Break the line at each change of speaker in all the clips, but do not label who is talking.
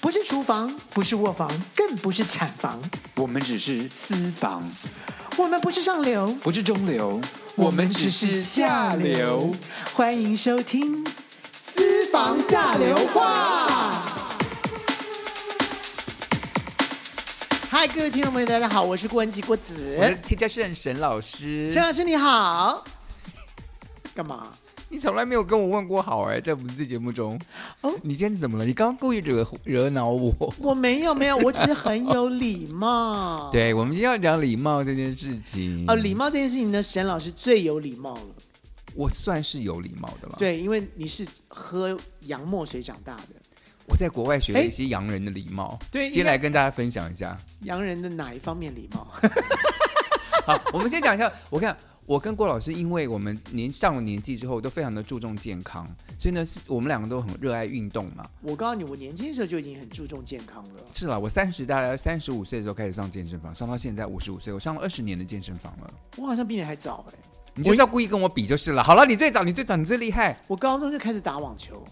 不是厨房，不是卧房，更不是产房，
我们只是私房，
我们不是上流，
不是中流，我们只是下流。。
欢迎收听《私
房下流
话》。嗨，各位听众朋友，大家好，我是郭文琪郭
我的
子，
提教圣沈老师
陈，老师你好。干嘛？
你从来没有跟我问过好哎、在我们这节目中，
哦
哦，你今天怎么了？你刚刚故意惹惹恼我。
我没有没有，我只是很有礼 貌。
对，我们今天要讲礼貌这件事情。
哦，礼，貌这件事情呢，沈老师最有礼貌了。
嗯
我算是有礼貌的了。，
对，因为你是喝洋墨水长大的，
我在国外学了
哎
一些洋人的礼貌。
对
今
应
天
该
来跟大家分享 一下。
洋人的哪一方面礼貌？
好，我们先讲一下。我看我跟郭老师，因为我们年上了年纪之后，都非常的注重健康，所以呢，是我们两个都很热爱运动嘛。
我告诉你，我年轻的时候就已经很注重健康了。
是啦，我三十大概三十五岁的时候开始上健身房，上到现在五十五岁，我上了二十年的健身房了。
我好像比你还早哎、
你就是要故意跟我比就是了。好了，你最早，你最早，你最厉害。
我高中就开始打网球，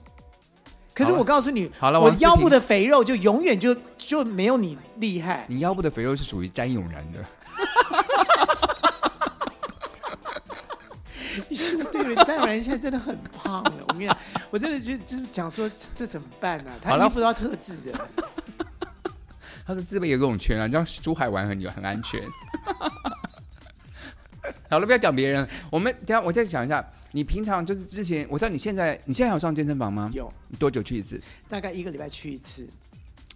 可是
好了
我告诉你，
好了
我
王思
腰部
平
的肥肉就永远就就没有你厉害。
你腰部的肥肉是属于詹永然的，
你说对了，但然现在真的很胖了。我跟你讲，我真的觉得就是讲说这这怎么办呢、
好
他
了
衣服都要特制的。
他是自备游泳圈啊，这样珠海玩很很安全。 好了，不要讲别人了。我们等一下我再讲一下，你平常就是之前，我知道你现在你现在还有上健身房吗？
有
你多久去一次？
大概一个礼拜去一次，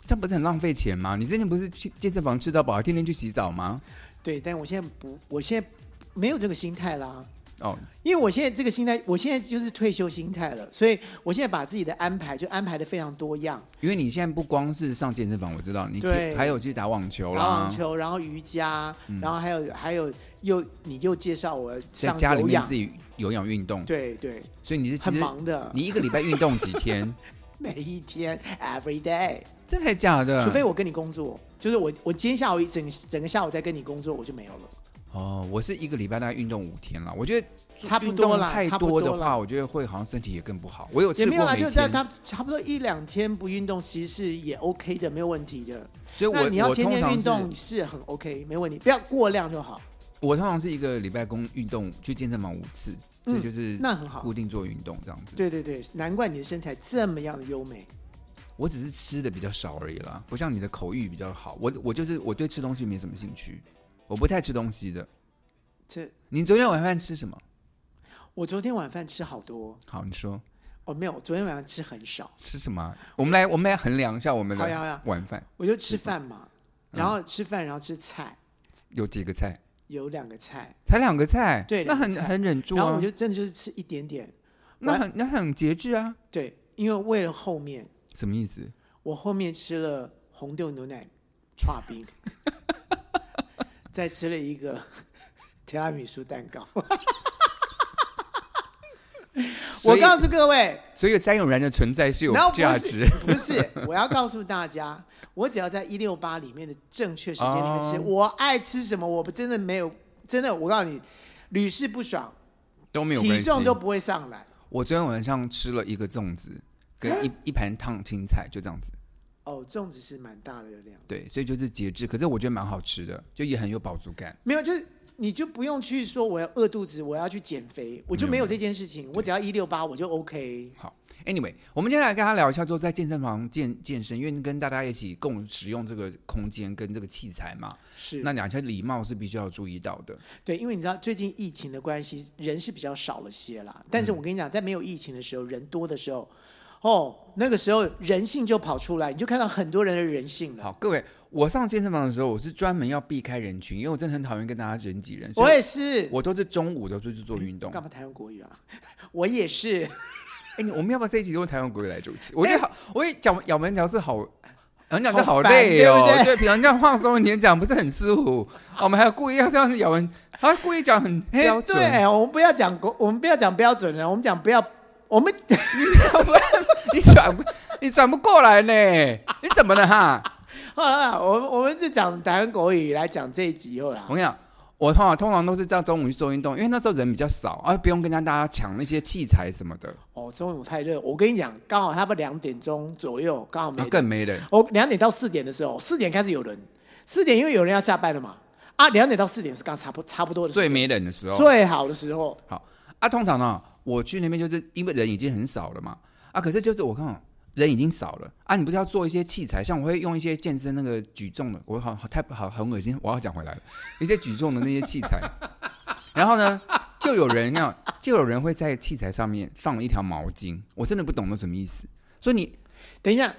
这样不是很浪费钱吗？你之前不是去健身房吃到饱，还天天去洗澡吗？
对，但我现在不，我现在没有这个心态啦。
哦，
因为我现在这个心态，我现在就是退休心态了，所以我现在把自己的安排就安排的非常多样，
因为你现在不光是上健身房，我知道你可
对
以还有去打网球啦，嗯
打网球，然后瑜伽，然后还有还有又你又介绍我
在
上
家里
有
面
氧
自，己有氧运动，
对对，
所以你是其
很
实
忙啊的，
你一个礼拜运动几 天？
每一天 every day，
真的还假的？
除非我跟你工作，就是我我今天下午一整整个下午在跟你工作，我就没有了。
哦，我是一个礼拜大概运动五天啦，我觉得
差不多啦
运动
差
太
不多
多的
啦
话，我觉得会好像身体也更不好。我有
也
试
没有
过
啦，
每
就
天，
大他差不多一两天不运动，其实也 OK 的，没有问题的。
所以
那
我
你要
我
天
通
天
常
运
是
动是很 OK，没问题，不要过量就好。
我通常是一个礼拜公运动去健身房五次，所以就是
嗯那很好
固定做运动这样子。
对对对，难怪你的身材这么样的优美。
我只是吃的比较少而已啦，不像你的口欲比较好。我我就是我对吃东西没什么兴趣，我不太吃东西的。
这
你昨天晚饭吃什么？
我昨天晚饭吃好多，
好，你说
哦没有，昨天晚上吃很少，
吃什么啊？我们来我们来衡量一下我们
好呀好呀
的晚饭
我就吃饭嘛，
嗯
然后吃饭，然后吃菜，
有几个菜。
有两个菜，
才两个菜，
对
那
两个
很
菜
很忍住
然后
啊
我，就真的就是吃一点点，
那很那很节制啊，
对，因为为了后面，
什么意思？
我后面吃了红豆牛奶串 冰，再吃了一个 提拉米苏蛋糕。我
所以
告诉各位，
所以山永然的存在是有
然后
价
不
值
是不是，我要告诉大家，我只要在一六八里面的正确时间里面吃，
哦
我爱吃什么，我不真的没有，真的我告诉你，屡试不爽，
都没有关
体
系。
重都不会上来。
我昨天晚上吃了一个粽子 跟一一盘烫青菜，就这样子。
哦，粽子是蛮大的热量，
对，所以就是节制，可是我觉得蛮好吃的，就也很有饱足感。
没有就是。你就不用去说我要饿肚子，我要去减肥，我就没有这件事情。我只要一六八，我就 OK。
好，Anyway，我们接下来跟他聊一下，说在健身房健健身，因为跟大家一起共使用这个空间跟这个器材嘛，
是
那两些礼貌是必须要注意到的。
对，因为你知道最近疫情的关系，人是比较少了些啦。但
嗯
是我跟你讲，在没有疫情的时候，人多的时候，哦，那个时候人性就跑出来，你就看到很多人的人性了。
好，各位，我上健身房的时候，我是专门要避开人群，因为我真的很讨厌跟大家人挤人。所
我
以
也是，
我都是中午的时候去做运动。
干嘛台湾国语啊？ 我也是，
哎，你我们要不要这一集用台湾国语来主 持？我觉得好，我也讲咬门条是好，咬门条是
好烦
累哦
对不。对
对，平常这样放松一点讲，不是很舒服。哦我们还要故意要这样子咬文，还要故意讲很
嘿
标准。
哎 对，我们不要讲国，我们不要讲标准了，我们讲不要，我们
你转不，你转不过来呢？你怎么了哈？
好了，我们我们就讲台湾国语来讲这一集后啦
嗯我。跟你讲，我通常通常都是在中午去做运动，因为那时候人比较少，啊，不用跟大家抢那些器材什么的，
哦，中午太热，我跟你讲，刚好他们两点钟左右，刚好没
然
人
后啊更没人。
哦，两点到四点的时候，四点开始有人，四点因为有人要下班了嘛，啊，两点到四点是刚差不差不多的时
最
间，
没人的时候，
最好的时候，
啊，通常呢，我去那边就是因为人已经很少了嘛，啊，可是就是我看哦人已经少了啊，你不是要做一些器材，像我会用一些健身那个举重的，我好好太好很恶心，我要讲回来了，一些举重的那些器材， 然后呢，就有人那样就有人会在器材上面放了一条毛巾，我真的不懂那什么意思，所以你
等一下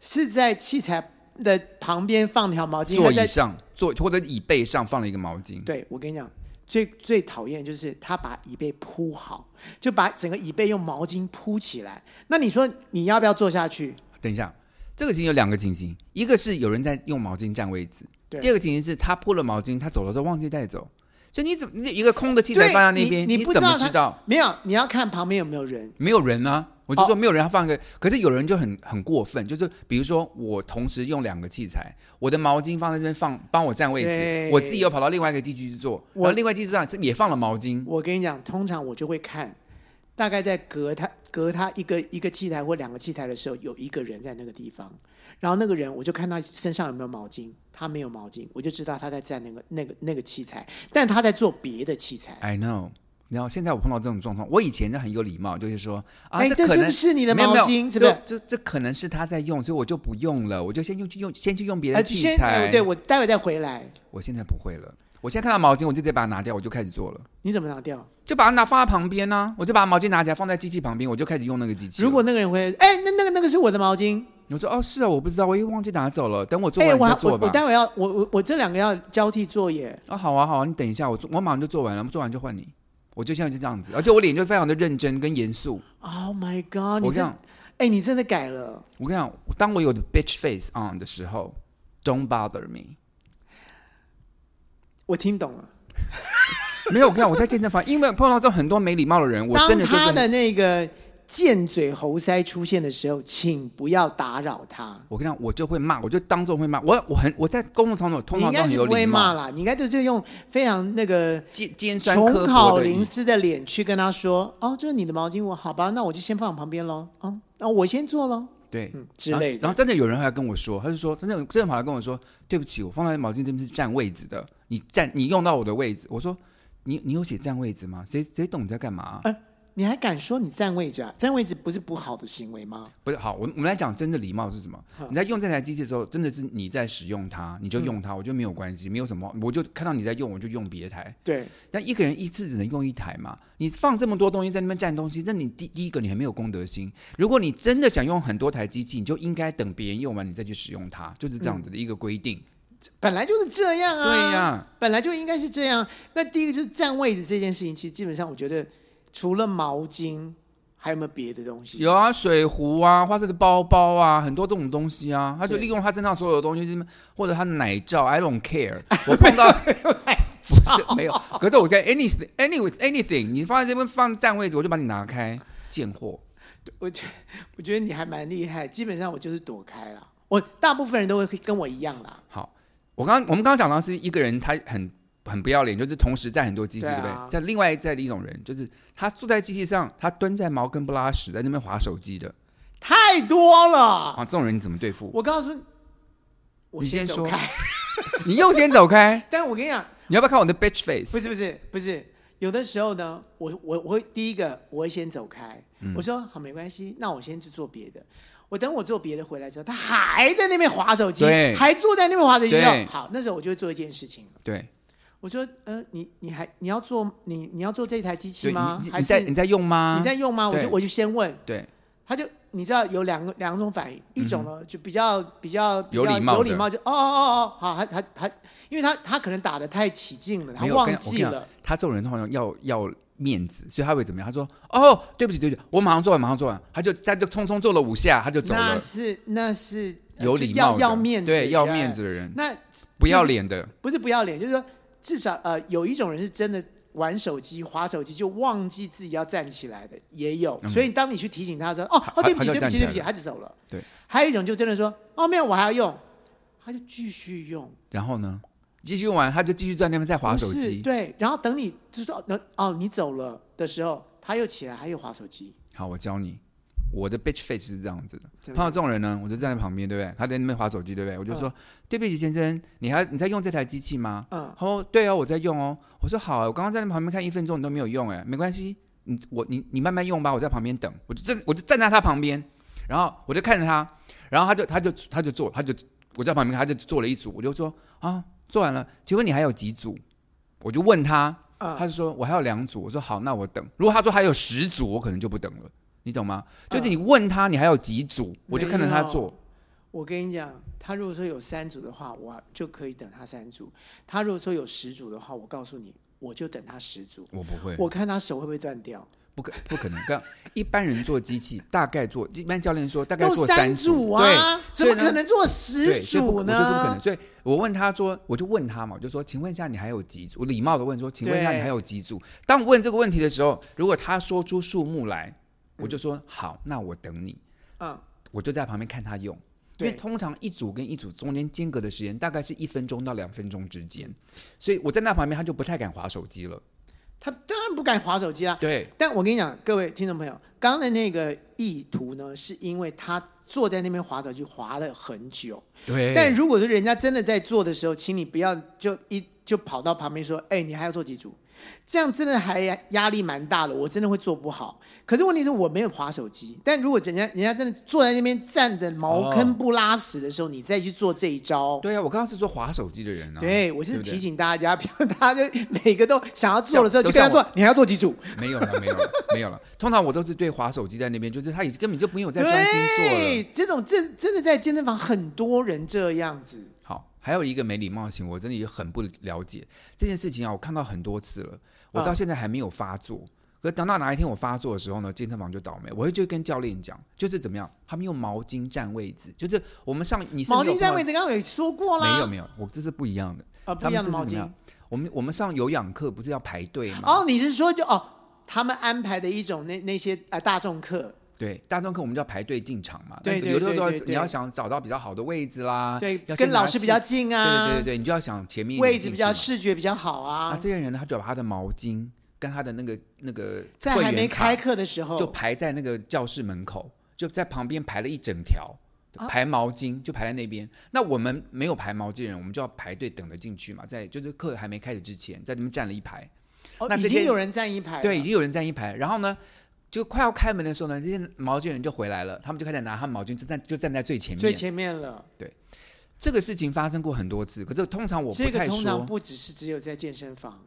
是在器材的旁边放条毛巾，
座
还
椅
在
上坐或者椅背上放了一个毛巾，
对我跟你讲，最最讨厌就是他把椅背铺好，就把整个椅背用毛巾铺起来。那你说你要不要坐下去？
等一下，这个情形有两个情形，一个是有人在用毛巾占位置，
对
第二个情形是他铺了毛巾，他走的时候忘记带走，所以你怎么你一个空的器材
对，
放在那边，
你
你
不
怎么
他
知道
没有？你要看旁边有没有人。
没有人啊？我就说没有人，他放一个，可是有人就很很过分，就是比如说我同时用两个器材，我的毛巾放在这边放帮我占位
对
置，我自己又跑到另外一个地区去做，
我
然后另外一个地区上也放了毛巾，
我跟你讲，通常我就会看，大概在隔他隔他一个一个器材或两个器材的时候，有一个人在那个地方，然后那个人我就看他身上有没有毛巾，他没有毛巾，我就知道他在站那个那个那个器材，但他在做别的器材。
I know。然后现在我碰到这种状况，我以前就很有礼貌，就是说啊，
哎，
可
这是
能
不是你的
没有
毛
没有
巾？是不是？
就这这可能是他在用，所以我就不用了，我就先用去用，先去用别
呃
的器
先
材。
呃对我待会再回来。
我现在不会了，我现在看到毛巾，我就直接把它拿掉，我就开始做了，
你怎么拿掉？
就把它拿放在旁边呢、我就把毛巾拿起来放在机器旁边，我就开始用那个机器了。
如果那个人回来，哎、那那个那个是我的毛巾，
我说哦是啊，我不知道，我又忘记拿走了，等我做
哎、
完
我
你
还
就
我
做
我
吧。
待会要我我我这两个要交替作业，
哦好啊好啊，你等一下，我做我马上就做完了，做完就换你。我就现在就这样子，而且我脸就非常的认真跟严肃。
Oh my god！你
哦我这
这
样，
哎、你真的改了。
我跟你讲，当我有的 bitch face on 的时候，don't bother me。
我听懂了。
没有，我跟你讲，我在健身房，因为碰到这种很多没礼貌的人，我真
当
的就
他
真的
的那个贱嘴猴腮出现的时候，请不要打扰他。
我跟你讲，我就会骂，我就当众会骂。我我很我在公共场所通
你应
常都
该
很
是
有
不会
礼
骂
貌，
啦，你应该就是用非常那个
尖尖酸
穷
刻
考
薄的
林
语。
斯的脸去跟他说：“哦，这是你的毛巾，我好吧，那我就先放旁边喽。哦，那我先做喽，
对，
嗯之类
然后。然
的
后。真的有人还跟我说，他就说，真的有真的跑来跟我说，对不起，我放在毛巾这边是占位置的，你占你用到我的位置。我说你你有写占位置吗？谁谁懂你在干嘛、
你还敢说你占位置啊？占位置不是不好的行为吗？
不是好，我们我们来讲真的礼貌是什么？你在用这台机器的时候，真的是你在使用它，你就用它，我觉得没有关系，没有什么，我就看到你在用，我就用别台。
对，
但一个人一次只能用一台嘛，你放这么多东西在那边占东西，那你第第一个你很没有公德心。如果你真的想用很多台机器，你就应该等别人用完你再去使用它，就是这样子的一个规定。
本来就是这样啊。
对呀、
本来就应该是这样。那第一个就是占位置这件事情，其实基本上我觉得除了毛巾，还有没有别的东西？
有啊，水壶啊，或者的包包啊，很多这种东西啊，他就
对
利用他身上所有的东西，就是或者他的奶罩，I don't care。我碰到 不是没有，可是我在 anything anyway anything，你放在这边放占位置，我就把你拿开，贱货。
我觉我觉得你还蛮厉害，基本上我就是躲开了。我大部分人都会跟我一样啦，
好，我刚我们刚刚讲到是一个人，他很很不要脸，就是同时在很多机器，
对
对
啊
不对？像另外在一种人，就是他坐在机器上，他蹲在茅根不拉屎，在那边划手机的
太多了。
啊，这种人你怎么对付？
我告诉你，我
你先
走
说
开。
你又先走开，
但我跟你讲，
你要不要看我的 bitch
不
face？
是不是不是，有的时候呢，我我我会第一个我会先走开，
嗯
我说好没关系，那我先去做别的。我等我做别的回来之后，他还在那边划手机，
对
还坐在那边划手机。
对
然后好，那时候我就会做一件事情，
对，
我说呃，你你还你要做你你要做这台机器
对
吗
你？你
还
你
是
在你在用吗？
你在用吗？我就
啊对
我就先问，
对，
他就你知道有两个两种反应，一种呢就比较比较比
嗯有
较
礼貌的
有礼貌，就哦哦哦哦，好，他他他，因为他他可能打的太起劲了，他
没有。我
忘
跟你我跟
记
你讲
了。
他这种人通常要要面子，所以他会怎么样？他说：“哦，对不起，对不起，我马上做完，马上做完。”他就他就匆匆做了五下，他就走
那
了。
是那是呃
有
就
礼
要
貌的，
要面子，
对，要面子。的人，
那
不要脸的，
不是不要脸，就是说至少呃，有一种人是真的玩手机、划手机就忘记自己要站起来的，也有。
嗯
所以当你去提醒他说：“哦
他
哦，对不起，
他
对
就
不起，
站起
对
来
不起”，
了
他就走了。
对。
还有一种就真的说：“哦，没有，我还要用。”他就继续用。
然后呢？继续玩，他就继续在那边再划手
不是
机。
对，然后等你就说哦哦你走了的时候，他又起来，他又划手机，
好，我教你，我的 bitch face 是这样子的。
怎么
碰到
样
这种人呢，我就站在旁边，对不对？他在那边划手机，对不对？我就说：“对不起，先生，你还你在用这台机器吗？”
嗯
他说：“对哦，我在用哦。”我说：“好啊，我刚刚在那旁边看一分钟，你都没有用，哎，没关系，你我你你慢慢用吧，我在旁边等。”我就站我就站在他旁边，然后我就看着他，然后他就他就他就做他就我在旁边，他就做了一组，我就说：“啊，做完了，请问你还有几组？”我就问他，
嗯
他就说：“我还有两组。”我说：“好，那我等。”如果他说还有十组，我可能就不等了，你懂吗？就是你问他你还有几组，我就看着他做。
我跟你讲，他如果说有三组的话，我就可以等他三组；他如果说有十组的话，我告诉你，我就等他十组。
我不会，
我看他手会不会断掉，
不可不可能。刚一般人做机器大概做，一般教练说大概
都
做
三
组
组啊，怎
对，所以
么
呢
可能做
对
十
所以不
组
我就不可
呢
能。？所以我问他说，我就问他嘛，我就说，请问一下你还有几组？我礼貌的问说，请问一下
对
你还有几组？当我问这个问题的时候，如果他说出数目来，我就说、好，那我等你。
嗯，
我就在旁边看他用。因为
对，
通常一组跟一组中间间隔的时间大概是一分钟到两分钟之间，所以我在那旁边他就不太敢划手机了。
他当然不敢划手机啦。
对，
但我跟你讲，各位听众朋友，刚刚的那个意图呢，是因为他坐在那边划手机划了很久。
对
但如果说人家真的在做的时候，请你不要就一就跑到旁边说：“哎、你还要做几组？”这样真的还压力蛮大的，我真的会做不好。可是问题是我没有划手机，但如果人家人家真的坐在那边站着茅坑不拉屎的时候，你再去做这一招，
哦对啊，我刚刚是说划手机的人啊。
对我是
不对
提醒大家， 不要大家就每个都想要做的时候，就跟他
像
说：“你还要做几组？”
没有了，没有了，没有了。通常我都是对划手机在那边，就是他已经根本就没有在专心做了。
对，这种真真的在健身房很多人这样子，
好，还有一个没礼貌型，我真的也很不了解这件事情啊，我看到很多次了，
啊
我到现在还没有发作。可是等到哪一天我发作的时候呢，健身房就倒霉。我会就跟教练讲，就是怎么样，他们用毛巾占位置，就是我们上你是
毛
没有
巾
碰
在
到
位置刚刚有说过啦，
没有没有，我这是不一样的。
啊，不一
他们
样的
这是
毛
怎
巾
么样。？我们我们上有氧课不是要排队吗？
哦，你是说就哦，他们安排的一种那那些啊大众课，
对，大专课我们就要排队进场嘛。
对
但
对
有的时候
对对对
你要想找到比较好的位置啦，
对，
啊要先
跟老
拿
师
器
比较近啊，
对对对对，你就要想前面一点
位置
进
比较
去嘛
视觉比较好啊
啊。，这些人呢，他就把他的毛巾跟他的那个那个
在
会
还没
员卡
开课的时
就
候，
排在那个教室门口，就在旁边排了一整条，
啊
排毛巾就排在那边。那我们没有排毛巾的人，我们就要排队等着进去嘛，在就是课还没开始之前，在那边站了一排。
哦
那，
已
这
经
些
有人站一排了，
对，已经有人站一排。然后呢，就快要开门的时候呢，这些毛巾人就回来了，他们就开始拿他们毛巾，就站就站在最前面。
最前面了。
这个事情发生过很多次，可是通常我不
这个
太
通常
说。
不只是只有在健身房，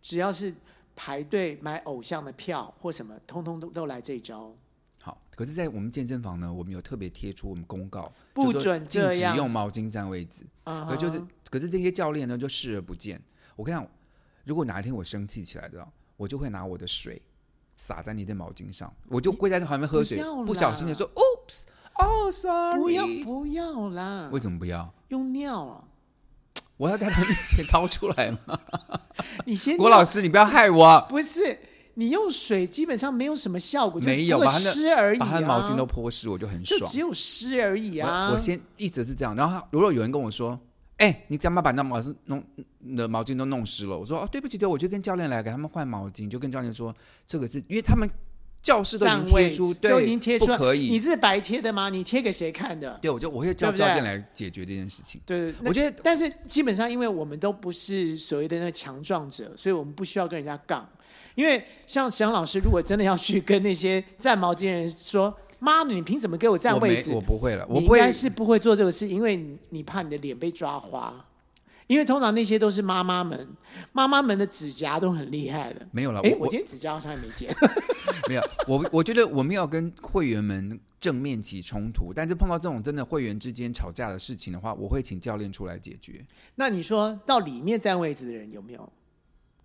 只要是排队买偶像的票或什么，通通都都来这一招。
好，可是，在我们健身房呢，我们有特别贴出我们公告，
不
就说
准
禁
这
止
样
用
子
毛巾占位置。
啊哈，
可就是，可是这些教练呢，就视而不见。我跟你讲，如果哪一天我生气起来的，我就会拿我的水洒在你的毛巾上，我就跪在旁边喝水
不要，啦
不小心的说，oops，哦，sorry，
不要不要啦
为，什么不要？
用尿啊！
我要在他面前掏出来 吗？
你先
郭
尿
老师，你不要害我，
不是你用水基本上没有什么效果，就
没有
多
把
个
他
湿而
的
已
把他
啊，
的毛巾都泼湿，我就很
就
爽
只。有湿而已啊。
我我先一直是这样，然后他如果有人跟我说。哎、你干嘛把那毛巾弄你的毛巾都弄湿了？我说哦，对不起，对，我就跟教练来给他们换毛巾，就跟教练说这个是因为他们教室都已经
站
贴
位
出，
都
对，
已经贴出
不
来，
可
你
以。
这是白贴的吗？你贴给谁看的？
对，我就我会叫
对不
教
对
练来解决这件事情。
对，那
我觉得
但是基本上，因为我们都不是所谓的那个强壮者，所以我们不需要跟人家杠。因为像沈老师，如果真的要去跟那些站毛巾的人说：“妈的，你凭什么给我
我
占
没
位置？”
我不会了，
你
我不
应
会
该是不会做这个事，因为你你怕你的脸被抓花。因为通常那些都是妈妈们，妈妈们的指甲都很厉害的。
没有了。
哎，
我
我今天指甲好像还没剪。
没有，我我觉得我没有跟会员们正面起冲突，但是碰到这种真的会员之间吵架的事情的话，我会请教练出来解决。
那你说到里面占位置的人有没有？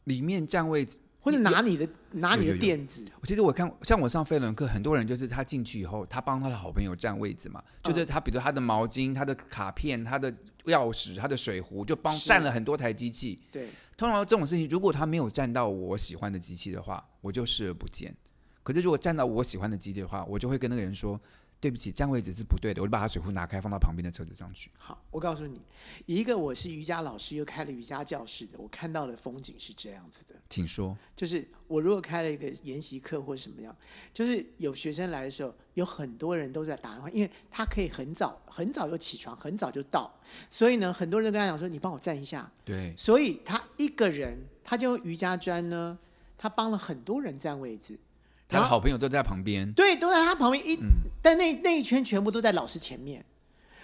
里面占位
或者拿你的拿你
有
的
有
垫子？
其实我看，像我上飞轮课，很多人就是他进去以后，他帮他的好朋友占位置嘛，
嗯
就是他比如他的毛巾、他的卡片、他的钥匙、他的水壶，就帮
是
占了很多台机器。
对，
通常这种事情，如果他没有占到我喜欢的机器的话，我就视而不见。可是如果占到我喜欢的机器的话，我就会跟那个人说：“对不起，站位置是不对的，我就把他水壶拿开放到旁边的车子上去。
好，我告诉你，一个我是瑜伽老师又开了瑜伽教室的，我看到的风景是这样子的，
请说，
就是我如果开了一个研习课或什么样，就是有学生来的时候，有很多人都在打电话，因为他可以很早很早就起床，很早就到，所以呢，很多人跟他讲说，你帮我站一下，
对，
所以他一个人，他就用瑜伽砖呢，他帮了很多人占位置，
他
然
的
后
好朋友都在旁边，
对，都在他旁边一，
嗯
但那那一圈全部都在老师前面，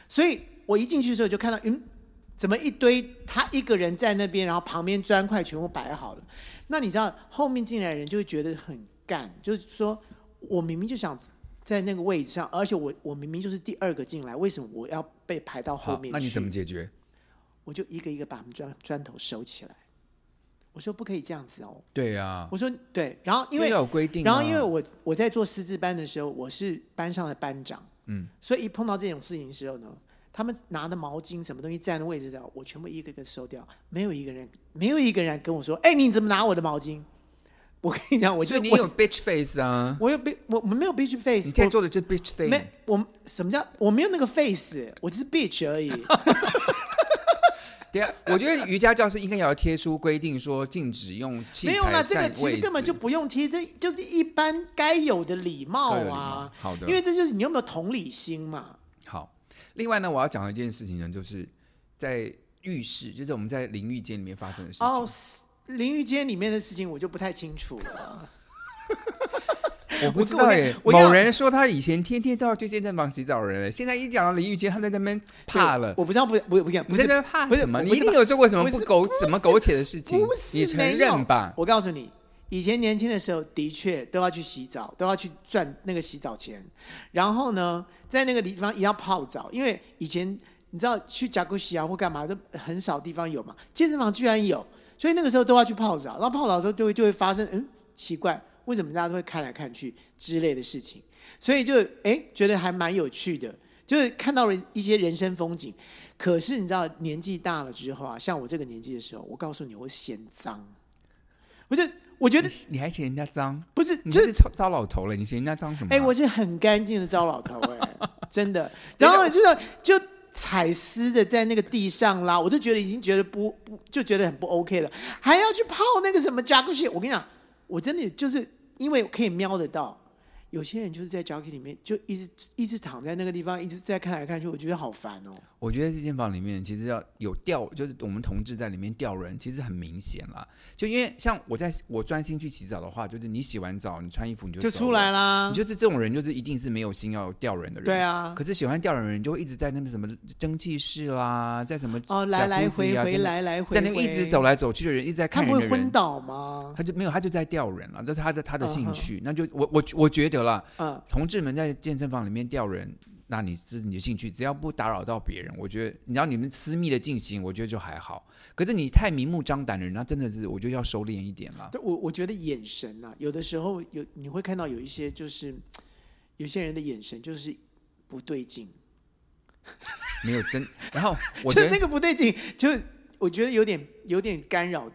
所以我一进去的时候就看到，嗯，怎么一堆他一个人在那边，然后旁边砖块全部摆好了，那你知道后面进来的人就会觉得很干，就是说我明明就想在那个位置上，而且我我明明就是第二个进来，为什么我要被排到后
好，
面去？
那你怎么解决？
我就一个一个把我们砖砖头收起来。我说不可以这样子哦。
对啊，
我说对，然后因为
这要有规定啊，
然后因为我我在做师资班的时候，我是班上的班长，嗯，所以一碰到这种事情的时候呢，他们拿的毛巾什么东西占的位置的，我全部一个一个收掉，没有一个人没有一个人跟我说，哎、你怎么拿我的毛巾？ 我跟你讲，我
所
就
以你
我
有 bitch face 啊，
我有被我我没有 bitch face，
你现在
我
做的就是 bitch thing，
没我什么叫我没有那个 face，我只是 bitch 而已。
对啊，我觉得瑜伽教室应该也要贴出规定，说禁止用 器材
没有啦，这
占
个其
位
实
置
根本就不用贴，这就是一般该有的礼貌
要有礼
啊
貌。好的，
因为这就是你有没有同理心嘛？
好。另外呢，我要讲的一件事情呢，就是在浴室，就是我们在淋浴间里面发生的事情。
哦，是淋浴间里面的事情我就不太清楚了。
我不知
我
道
跟
耶。
我跟
某人说他以前天天都要去健身房洗澡的人，现在一讲到淋浴间，他在那边怕了
对。我不知道，不不不讲，不
你
是
在那边怕
不是
什么？
我
你
不
一
是
定有做过什么
不
不
是
苟什么苟且的事情
不，是
你承
没有
认吧？
我告诉你，以前年轻的时候的确都要去洗澡，都要去赚那个洗澡钱。然后呢，在那个地方也要泡澡，因为以前你知道去甲骨洗啊或干嘛都很少地方有嘛，健身房居然有，所以那个时候都要去泡澡。然后泡澡的时候就会就会发生，嗯，奇怪，为什么大家都会看来看去之类的事情？所以就哎觉得还蛮有趣的，就是看到了一些人生风景。可是你知道，年纪大了之后啊，像我这个年纪的时候，我告诉你，我嫌脏。我就我觉得
你你还嫌人家脏？
不是，
你
就
就是是糟糟老头了，你嫌人家脏什么啊？
哎、我是很干净的糟老头哎、 真的。然后就是就踩湿的在那个地上啦，我就觉得已经觉得不不就觉得很不 OK 了，还要去泡那个什么 j a c k 我跟你讲，我真的就是因为可以瞄得到。有些人就是在 j a c k 里面就一直一直躺在那个地方，一直在看来看去，我觉得好烦哦。
我觉得健身房里面其实要有调，就是我们同志在里面调人，其实很明显啦。就因为像我在我专心去洗澡的话，就是你洗完澡，你穿衣服你就
就
走
出
了
来啦
你。就是这种人，就是一定是没有心要调人的人。
对。啊，
可是喜欢调人的人，就会一直在那边什么蒸汽室啦，在什么
哦，来来
jacuzzi
回
啊
回，
在那
来来回回，
在那边一直走来走去的人，一直在
他
看
不
人
会
的
昏
人，
倒吗？
他就没有，他就在调人了，这是他的他的兴
嗯哼
趣。那就我我我觉得啦，
嗯，
同志们在健身房里面吊人，那你是你的兴趣，只要不打扰到别人，我觉得你要你们私密的进行，我觉得就还好。可是你太明目张胆的人，那真的是我觉得要收敛一点 啦。
对我我觉得眼神呐、有的时候有你会看到有一些就是有些人的眼神就是不对劲，
没有真，然后我
就
觉
那
得，
个不对劲，就是我觉得有点有点干扰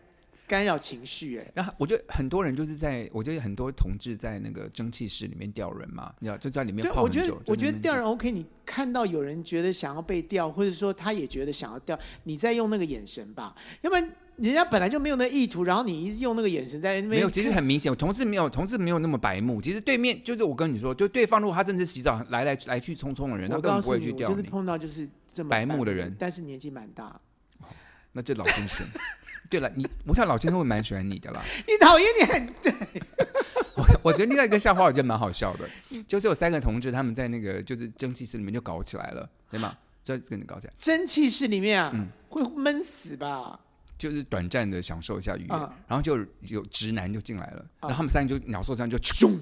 干扰情绪哎、
然后我觉得很多人就是在，我觉得很多同志在那个蒸汽室里面吊人嘛，你知道就在里面
对，
泡
我
很久。
觉得我觉得
吊
吊人 OK，你看到有人觉得想要被吊，或者说他也觉得想要吊，你再用那个眼神吧，要不然人家本来就没有那意图，然后你一直用那个眼神在那边
没有，其实很明显，我同志没有，同志没有那么白目。其实对面就是我跟你说，就对方如果他真的洗澡来来来去匆匆的人，他
我
根本
告
不
诉
会去
你，
吊
我就是
你
碰到就是这么
白目的人
但是年纪蛮大了。
那就老先生。 对了，你我想老先生会蛮喜欢你的啦。
你讨厌你很
我我觉得另外一个笑话，我觉得蛮好笑的，就是有三个同志他们在那个就是蒸汽室里面就搞起来了，对吗？就跟你搞起来，
蒸汽室里面啊，
嗯
会闷死
啊
吧？
就是短暂的享受一下愉悦，
嗯
然后就有有直男就进来了，
啊
然后他们三个就鸟兽散，就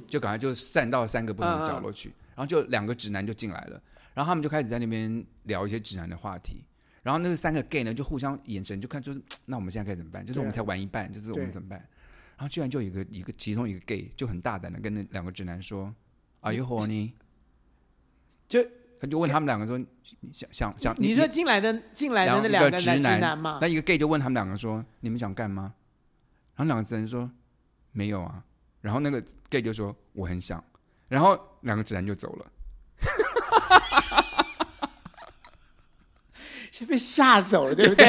就赶快就散到三个不同的角落去，
啊
然后就两个直男就进来了，然后他们就开始在那边聊一些直男的话题。然后那个三个 gay 呢，就互相眼神就看，就是那我们现在该怎么办？就是我们
对
才玩一半，就是我们
对
怎么办？然后居然就有一个一个其中一个 gay 就很大胆的跟那两个直男说：“Are you horny？”
就
他就问他们两个说：“你想想想，
你说进来的进来的哎那
两
两
个
个
直
男
男
男嘛
那，一个 gay 就问他们两个说：“你们想干吗？”然后两个直男说：“没有啊。”然后那个 gay 就说：“我很想。”然后两个直男就走了。
被吓走了，对不对？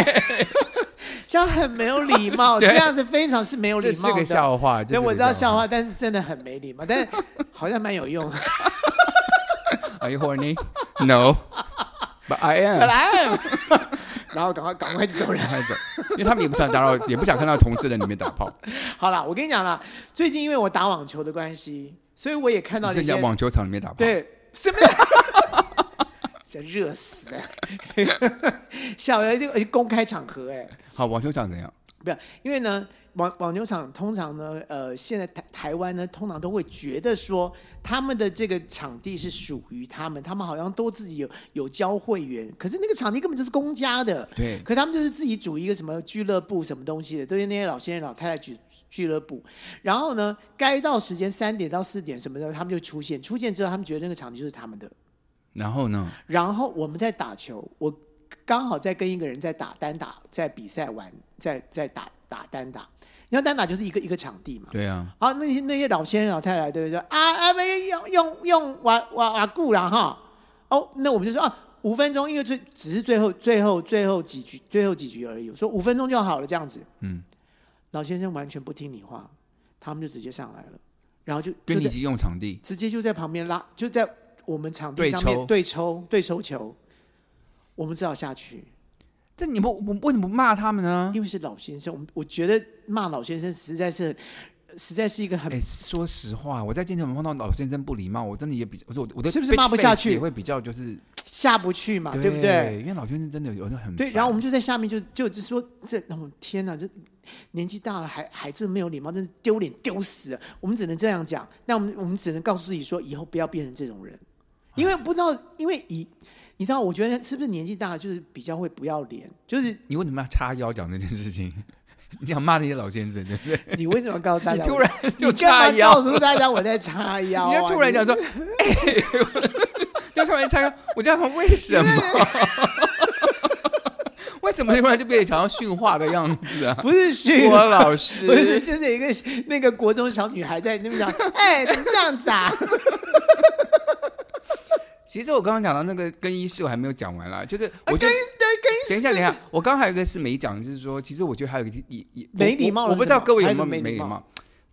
这样很没有礼貌，
对
这样子非常是没有礼
这是
貌
个
的。
笑话。
对，
这是个
我知道笑话，但是真的很没礼貌，但是好像蛮有用的。
话。Are you horny? No, but I am.
来， 然后赶快赶快走人。
太走，因为他们也不想打扰，也不想看到同事在里面打 炮。
好啦，我跟你讲啦，最近因为我打网球的关系，所以我也看到了
在
一些
讲网球场里面打炮，，
对什 么。这热死了， 小的就而且公开场合哎、
好，网球场怎样？
不要，因为呢，网网球场通常呢，呃，现在台台湾呢，通常都会觉得说，他们的这个场地是属于他们，他们好像都自己有有交会员，可是那个场地根本就是公家的，
对
可他们就是自己组一个什么俱乐部什么东西的，都是那些老先生老太太俱俱乐部，然后呢，该到时间三点到四点什么的，他们就出现，出现之后，他们觉得那个场地就是他们的，
然后呢？
然后我们在打球，我刚好在跟一个人在打单打，在比赛玩，在在打打单打。你要单打就是一个一个场地嘛。
对啊，
好，那些那些老先生老太太对不对？啊啊，没用用用瓦瓦瓦固啦哈。哦，那我们就说啊，五分钟，因为最只是最后最后最后几局最后几局而已，我说五分钟就好了这样子。
嗯，
老先生完全不听你话，他们就直接上来了，然后就
跟
就
你一
在
起用场地，
直接就在旁边拉，就在我们场地
对
上面
抽
对抽对抽球，我们只好下去，
这你们我为什么不骂他们呢？
因为是老先生，我们我觉得骂老先生实在是实在是一个很
哎，说实话，我在健身房碰到老先生不礼貌，我真的也比，我说我我的
是不是
bitch
骂不下
face
去
也会比较就是
下不去嘛，对不对？
对？因为老先生真的有的很
对，
烦
然后我们就在下面就就就说这，哦天哪，这年纪大了还还这么没有礼貌，真是丢脸丢死了。我们只能这样讲，那我们我们只能告诉自己说，以后不要变成这种人，因为不知道，因为以你知道，我觉得是不是年纪大了就是比较会不要脸，就是
你为什么要叉腰讲这件事情？你想骂那些老先生，对不对？
你为什么告诉大
你
家？
突然
你
又
干
叉
嘛
腰
告，诉大家我在叉腰、啊？
你要突然讲说，哎，哎就突然叉腰，我就想说为什么？ 为什么突然就变成想要训话的样子啊？
不是训
郭老
不是，
师，
就是一个那个国中小女孩在那边 讲，哎，怎么这样子啊？
其实我刚刚讲到那个更衣室，我还没有讲完啦。就是我
更
就
对 更
等一下，等一下，我刚刚还有一个是没讲，就是说，其实我觉得还有一个也也我
没礼貌
我
了
我不知道
是吗
各位有
还
没
是
有
没
没
礼
礼
貌
貌，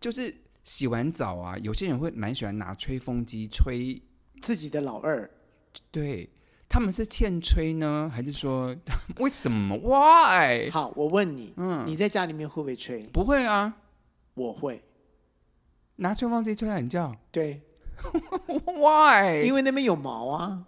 就是洗完澡啊，有些人会蛮喜欢拿吹风机吹，
自己的老二，
对。他们是欠吹呢，还是说 为什么？Why？
好，我问你，
哎嗯
你在家里面会不会吹？
不会啊，
我会，
拿吹风机吹懒觉
对，
，Why？
因为那边有毛啊。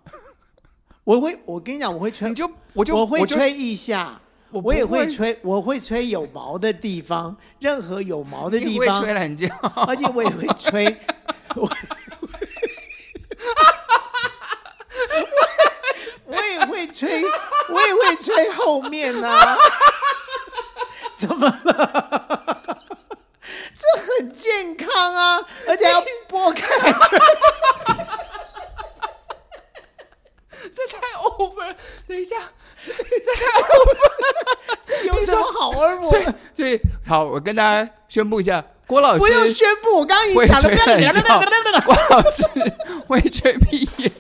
我会，我跟你讲，我会吹
你，就我就
我会
就
吹一下，
我
我也
不会
会吹，我会吹有毛的地方，任何有毛的
你
地
会
方
吹，懒觉，
而且我也会吹，我我也会吹，我也会吹后面呢、怎么了？这很健康啊，而且还要拨开来吹。
这太 over 了。等一下，
这有什么好而我
所以所以好，我跟大家宣布一下，郭老师
不用宣布，我刚刚已经
会
讲了，
吹
不要
懒
你
觉
了，不要不要不要不要。
郭老师会吹屁眼，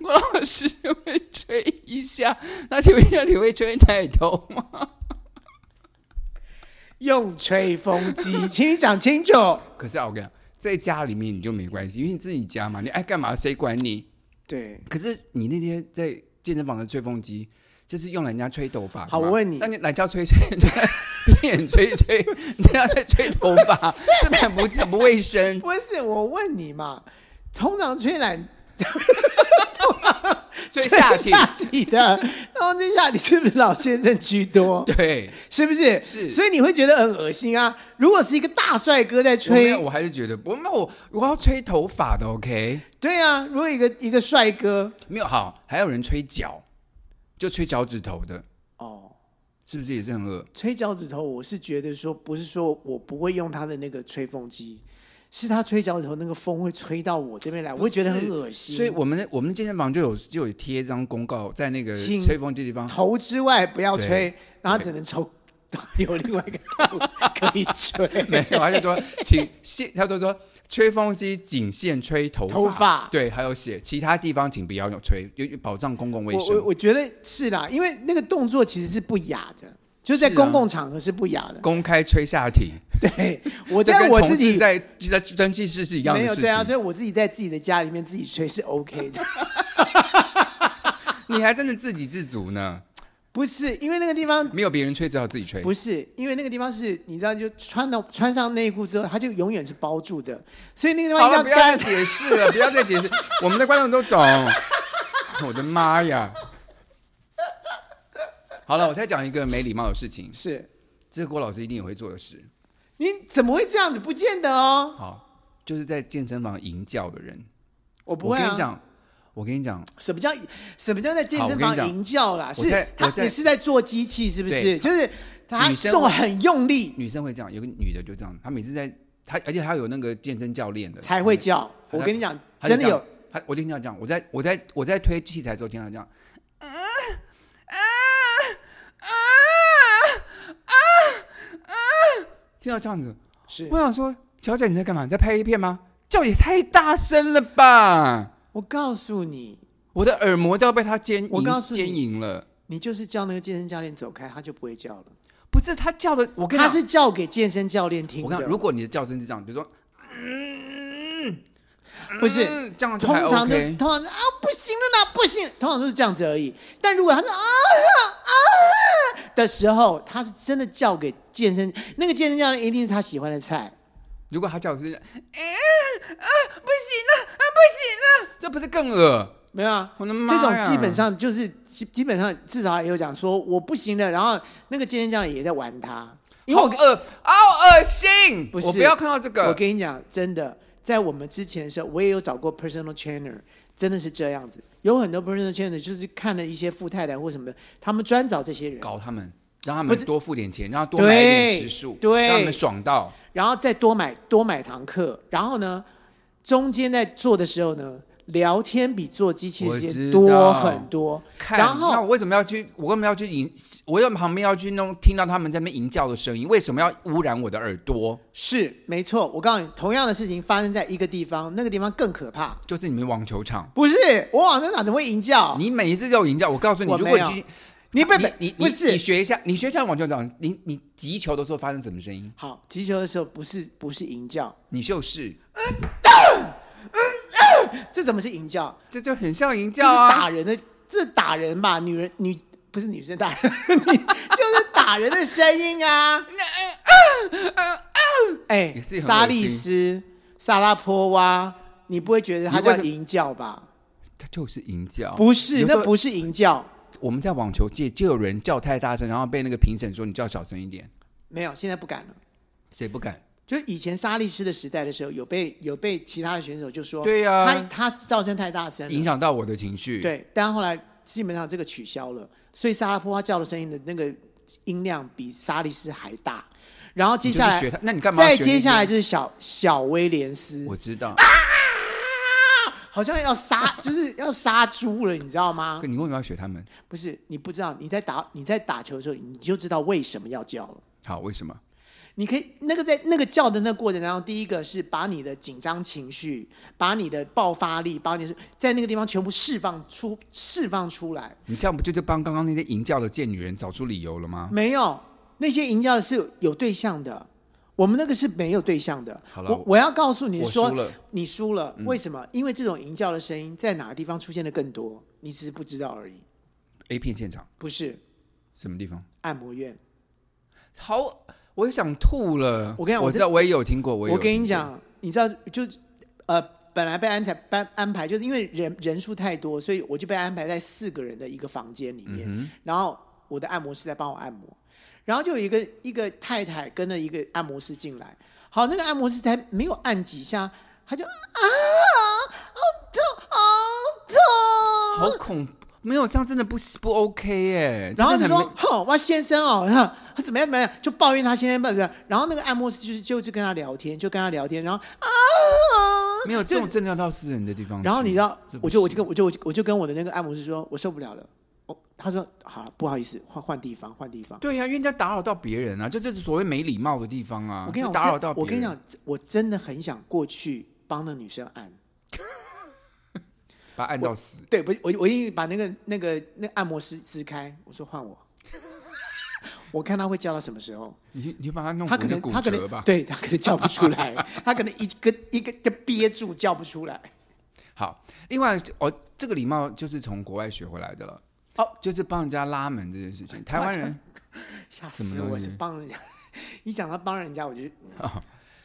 郭老师会吹一下。那请问一下，你会吹奶头吗？
用吹风机，请你讲清楚。
可是啊，我跟你讲，在家里面你就没关系，因为你自己家嘛，你爱干嘛谁管你？
对，
可是你那天在健身房的吹风机，就是用来人家吹头发的嘛。
好我问你
那你懒觉吹吹，人家闭眼吹吹，人家在吹头发，是不是很不很不卫生？
不是我问你嘛，通常吹懒
吹下
最
体，
下体的，然后最下体是不是老先生居多？
对。
是不是？
是
所以你会觉得很恶心啊。如果是一个大帅哥在
我没
吹，
有我还是觉得我那我我要吹头发的，OK？
对啊，如果一个一个帅哥，
没有好，还有人吹脚，就吹脚趾头的，
哦，
是不是也是很恶？
吹脚趾头，我是觉得说，不是说我不会用他的那个吹风机，是他吹脚趾头那个风会吹到我这边来，我会觉得很恶心。
所以我们的我们的健身房就有就有贴一张公告，在那个
请
吹风机地方，
头之外不要吹
对，
然后只能从 有另外一个头可以吹。
没有，他就说，请谢，他就说，吹风机仅限吹头
头发
对，还有写其他地方请不要用吹，因为保障公共卫
我
生
我。我觉得是啦，因为那个动作其实是不雅的，就是在
是啊
公共场合是不雅的。
公开吹下体，
对， 我
这
但
跟
我
同
自
志
己
在在蒸汽室是一样的
没
事
有
情。
对啊，所以我自己在自己的家里面自己吹是 OK 的，
你还真的自给自足呢，
不是因为那个地 方。
没有别人吹，只好自己吹。
不是，因为那个地方是你知道，就穿了穿上内裤之后，它就永远是包住的，所以那个地方
好
一
了，不
定
要
干
再。解释了，不要再解释，我们的观众都懂。 我的妈呀！好了，我再讲一个没礼貌的事 情，
是，
这是郭老师一定也会做的事。
你怎么会这样子？不见得哦，
好，就是在健身房吟叫的人，
我不
我
会
跟你
啊。
讲，我跟你讲，
什么叫什么叫在健
好我
身
跟你
房
讲
营叫啦？
我
是
在
他
我在
也是在做机器，是不
对
是？就是他
女生
动
会
很用力
女生会这样，有个女的就这样，她每次在她，而且她有那个健身教练的，
才会叫。
她
我跟你讲，
她就
真
这
的
样
有，
她，我就听到这样，我在我在我在推器材的时候听到这样，啊啊啊啊啊，听到这样子，
是
我想说，小姐你在干嘛？你在拍 A 片吗？叫也太大声了吧！
我告诉你，
我的耳膜都要被她奸淫
我告诉你
奸淫了。
你就是叫那个健身教练走开，他就不会叫了。
不是她叫的，我跟你
他
讲
是叫给健身教练听
我跟你
的
讲，，如果你的叫声是这样，比如说
不是。
嗯这样就
通
还
常都
OK
通。常是啊不行了啦，不行，通常都是这样子而已。但如果他是啊啊的时候，他是真的叫给健身那个健身教练，一定是他喜欢的菜。
如果他叫的是，哎、啊，不行了，啊，不行了，这不是更恶？
没有啊，
我的妈
这
呀
种基本上就是基基本上至少也有讲说我不行了，然后那个健身教练也在玩他，因为
好
我
恶，呃好恶心！
不是
我不要看到这
我
个。
跟你讲，真的，在我们之前的时候，我也有找过 personal trainer，真的是这样子。有很多 personal trainer 就是看了一些富太太或什么的，他们专找这些人，
搞他们，让他
不
们
是
多付点钱，让他多买一点时数，
对
让他们爽到。
然后再多买多买堂课，然后呢，中间在做的时候呢，聊天比做机器的时间
我知
多
道
很多。
看，
然
那
后
我为什么要去？我为什么要去吟？我为什么旁边要去弄？听到他们在那边吟叫的声音，为什么要污染我的耳朵？
是没错，我告诉你，同样的事情发生在一个地方，那个地方更可怕。
就是你们网球场，
不是我往那哪怎么会吟叫？
你每一次都有吟叫。我告诉你，
我
如果
没有
你去
你被
你你
不
你
是
你学一下，你学一下网球场，你你击球的时候发生什么声音？
好击球的时候不是不是吟叫，
你就是，
这怎么是吟叫？
这就很像淫
这
叫
是
啊
打！人的，这是打人吧？女人女不是女生打人， 你就是打人的声音啊！哎，
也是很恶心
莎莉丝、萨拉波娃，你不会觉得她
你为
叫
什么
淫教吧？
它就是淫叫，
不是，
有时
那
候
不是淫教。
我们在网球界就有人叫太大声，然后被那个评审说你叫小声一点，
没有，现在不敢了。
谁不敢？
就以前莎莉丝的时代的时候，有被有被其他的选手就说，
对呀
她她噪声太大声了，
影响到我的情绪。，
对，但后来基本上这个取消了，所以萨拉波娃叫的声音的那个音量比莎莉丝还大。然后接
接
下
学
来，
他，那你干嘛？
再接下来，就是啊小小威廉斯，
我知道。
好像要杀， 就是要杀猪了，你知道吗
可？你为什么要学他们？
不是，你不知道，你在打你在打球的时候，你就知道为什么要叫了。
好，为什么？
你可以那个在那个叫的那个过程当中，第一个是把你的紧张情绪、把你的爆发力、把你的在那个地方全部释放出释放出来，
你这样不就就帮刚刚那些淫叫的贱女人找出理由了吗？
没有，那些淫教的是有对象的，我们那个是没有对象的。
好了
我我要告诉你
我
说，
输了嗯
你输了，为什么？因为这种淫教的声音在哪个地方出现的更多，你只是不知道而已。
，A 片现场
不是
什么地方？
按摩院，
好，我想吐了。
我跟你讲
我
我
知
这
道，我也有听过，我也
我
有
跟
听
你
过，
讲，你知道就呃，本来被安排班安排，就是因为人人数太多，所以我就被安排在四个人的一个房间里
嗯
面，然后我的按摩师在帮我按摩，然后就有一个一个太太跟着一个按摩师进来，好，那个按摩师才没有按几下，他就啊，好痛，好痛。
好恐，没有这样真的不不 OK 耶。
然后
真
就
的很
说：“哼，哇，先生哦， 哼他怎么样怎么样，就抱怨他先生怎么样。”然后那个按摩师就是就就跟他聊天，就跟他聊天，然后啊，
没有这种真的要到私人的地方去。
然后你知道
这，不
我就我
行
就跟我就我就我就跟我的那个按摩师说，我受不了了，我、他说好了，不好意思，换换地方，换地方。
对呀、因为这样打扰到别人啊，就这是所谓没礼貌的地方啊，
我跟你
就
讲，
打扰
我
到
真
别人。
我跟你讲，我真的很想过去帮那女生按。
把他按到死，
对，不，我我一定把那个那个那按摩师支开，我说换我， 我看他会叫到什么时候。
你你就把他弄
他
骨
可
折
能
骨
他可
折
能
吧。
对他可能叫不出 来，他可能一个一个就憋住叫不出来。
好，另外哦，这个礼貌就是从国外学回来的了。
哦，
就是帮人家拉门这件事情，台湾人
吓
什么
死
东
我！
西
是帮人家，一想到帮人家，我就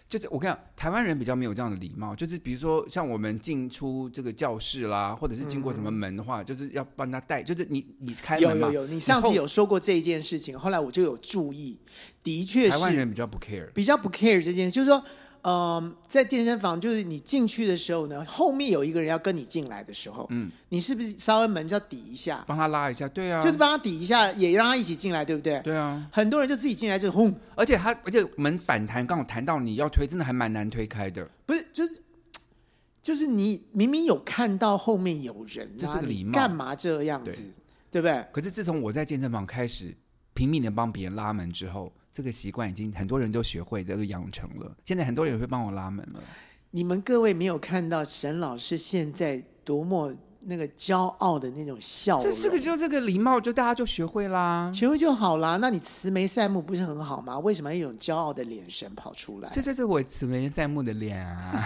就是我跟你讲，台湾人比较没有这样的礼貌，就是比如说像我们进出这个教室啦，或者是经过什么门的话，就是要帮他带，就是你你开
嗯
门
有
嘛。
有有，你上次
后
有说过这一件事情，后来我就有注意，的确
台湾
是
人比较不 care，
比较不 care 这件事，就是说，嗯、在健身房，就是你进去的时候呢，后面有一个人要跟你进来的时候，嗯，你是不是稍微门就要抵一下，
帮他拉一下，对啊，
就是帮他抵一下，也让他一起进来，对不对？
对啊，
很多人就自己进来就轰，
而且他而且门反弹刚好弹到你要推，真的还蛮难推开的，
不是，就是就是你明明有看到后面有人、啊，
这是个礼貌
你干嘛这样子？对不对？
可是自从我在健身房开始拼命的帮别人拉门之后，这个习惯已经很多人都学会的，都养成了。现在很多人也会帮我拉门了。
你们各位没有看到沈老师现在多么那个骄傲的那种笑
这
容，
这个就这个礼貌，就大家就学会啦。
学会就好啦。那你慈眉善目不是很好吗？为什么要有一种骄傲的眼神跑出来
这？就是我慈眉善目的脸啊！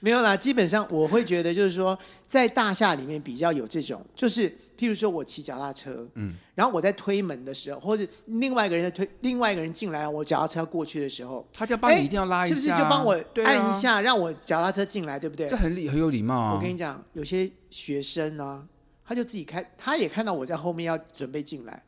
没有啦，基本上我会觉得就是说，在大厦里面比较有这种，就是譬如说我骑脚踏车，嗯，然后我在推门的时候，或者另外一个人在推，另外一个人进来，我脚踏车要过去的时候，
他就帮
哎
你一定要拉一下啊，
是不是就帮我
对啊
按一？下，让我脚踏车进来，对不对
这？很礼很有礼貌啊！
我跟你讲，有些学生啊，他就自己开，他也看到我在后面要准备进来，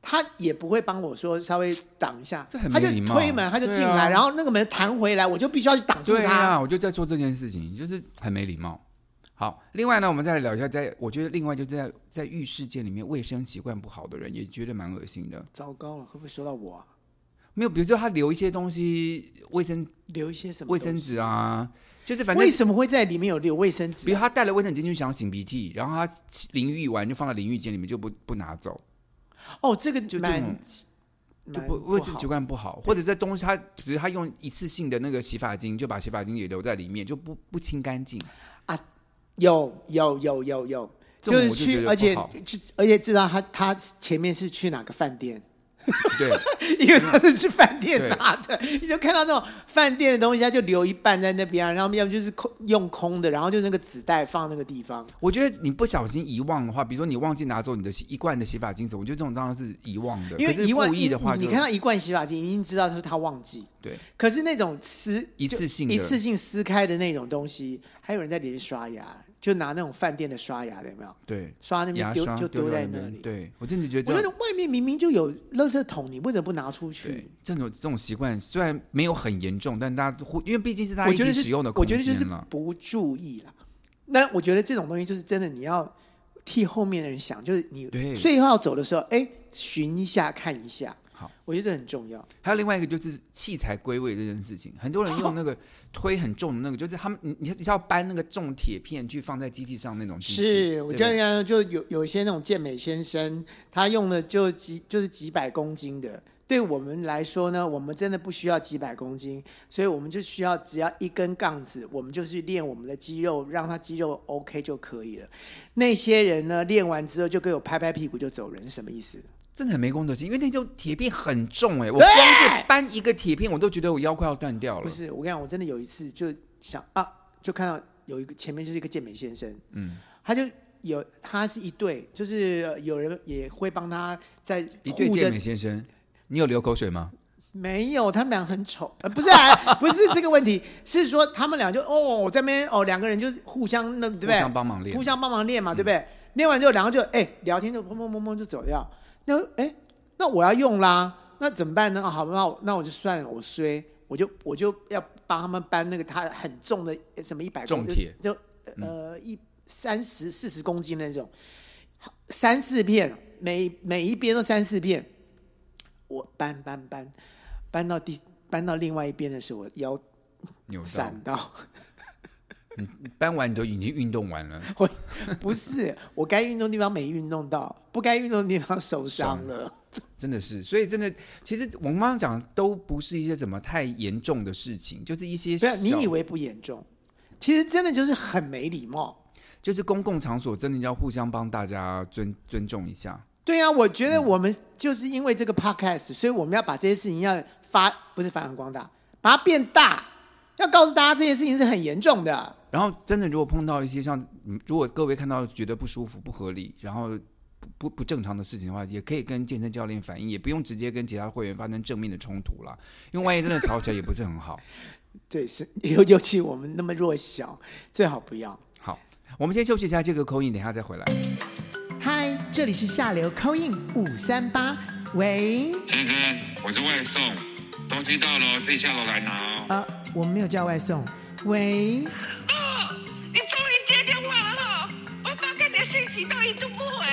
他也不会帮我说稍微挡一下，
这很
他
没
就
礼貌
推门，他就进
对
来，
啊
然后那个门弹回来，我就必须要去挡住
对
他。
啊，我就在做这件事情，就是很没礼貌。好，另外呢，我们再来聊一下在，我觉得另外就在在浴室间里面卫生习惯不好的人，也觉得蛮恶心的。
糟糕了，会不会说到我、啊？
没有，比如说他留一些东西，卫生
留一些什么
卫生
东西？
纸啊，就是反正
为，什么会在里面有留卫生纸
比
啊、
如他带了卫生纸进去想擤鼻涕，然后他淋浴完就放在淋浴间里面就不不拿走，
哦，这个
就这
蛮
种就
蛮
不
不
卫生
好
习惯不好，或者这东西他比如他用一次性的那个洗发精，就把洗发精也留在里面，就不不清干净。
有有有有有，
这
就
种
是
我
去，
就觉得
而
不
且
好
就而且知道他他前面是去哪个饭店，
对，
因为他是去饭店
对
拿的， 你就看到那种饭店的东西，他就留一半在那边啊，然后要么就是空用空的，然后就那个纸袋放那个地方，
我觉得你不小心遗忘的话，比如说你忘记拿走你的洗一罐的洗发精什么，我觉得这种当然是遗忘的。
因为
可是
一万
故意的话就
你你看到一罐洗发精，已经知道是他忘记，
对，
可是那种撕
一
就
次性的
一次性撕开的那种东西，还有人在里面刷牙，就拿那种饭店的刷牙的有没有？
对，
刷那边
牙
丢
刷
就丢
在
在那里。
对我真的觉得
我
这
觉
样
得外面明明就有垃圾桶，你为什么不拿出
对
去？
这种这种习惯虽然没有很严重，但大家互因为毕竟是大家
我
一
觉
起
得是
使用的
我
空
觉
间
得就是
了。
不注意啦。那我觉得这种东西就是真的，你要替后面的人想，就是你
对
最后要走的时候，哎，寻一下看一下。
好，
我觉得这很重要。
还有另外一个就是器材归位这件事情，很多人用那个推很重的那个，就是他们你你你是要搬那个重铁片去放在机器上那种机器。
是，我觉
对不
得人
对
家就有有一些那种健美先生，他用的就几就是几百公斤的。对我们来说呢，我们真的不需要几百公斤，所以我们就需要只要一根杠子，我们就去练我们的肌肉，让他肌肉 OK 就可以了。那些人呢，练完之后就给我拍拍屁股就走人，是什么意思？
真的很没公德心，因为那种铁片很重哎、我光是搬一个铁片，我都觉得我腰快要断掉
不
了。
是，我跟你讲，我真的有一次就想啊，就看到有一个前面就是一个健美先生，嗯，他就有他是一对，就是呃有人也会帮他在
一对
护着
健美先生，你有流口水吗？
没有，他们俩很丑，呃，不是、啊， 不是这个问题，是说他们俩就哦，在那边哦，两个人就互相那对不对？
互相帮忙练嗯
互相帮忙练嘛，对不对？练完之后，然后就哎聊天就砰砰砰砰就走掉。那哎，那我要用啦，那怎么办呢？啊好吧，那我那我就算了，我衰，我就我就要帮他们搬那个他很重的什么一百
重铁，嗯
就就呃一三十四十公斤那种，好三四片，每每一边都三四片。我搬搬搬，搬到第搬到另外一边的时候，我腰
扭到
闪到，
搬完你就已经运动完了，
不是我该运动的地方没运动到，不该运动的地方受伤了。
真的是。所以真的，其实我们刚刚讲的都不是一些什么太严重的事情，就是一些
不要啊你
小
以为不严重，其实真的就是很没礼貌。
就是公共场所真的要互相帮大家尊尊重一下。
对啊，我觉得我们就是因为这个 podcast，所以我们要把这些事情要发不是发扬光大，把它变大，要告诉大家这件事情是很严重的。
然后真的，如果碰到一些像，嗯如果各位看到觉得不舒服、不合理，然后不不不正常的事情的话，也可以跟健身教练反映，也不用直接跟其他会员发生正面的冲突啦，因为万一真的吵起来也不是 很好。
对，是 尤尤其我们那么弱小，最好不要。
好，我们先休息一下这个口音，等一下再回来。
嗨，这里是下流 c o i n 五三八，喂，
先生，我是外送，东西到了哦自己下楼来拿哦。
啊，我们没有叫外送，喂，
哦，你终于接电话了哈、我发给你的信息都一度不回，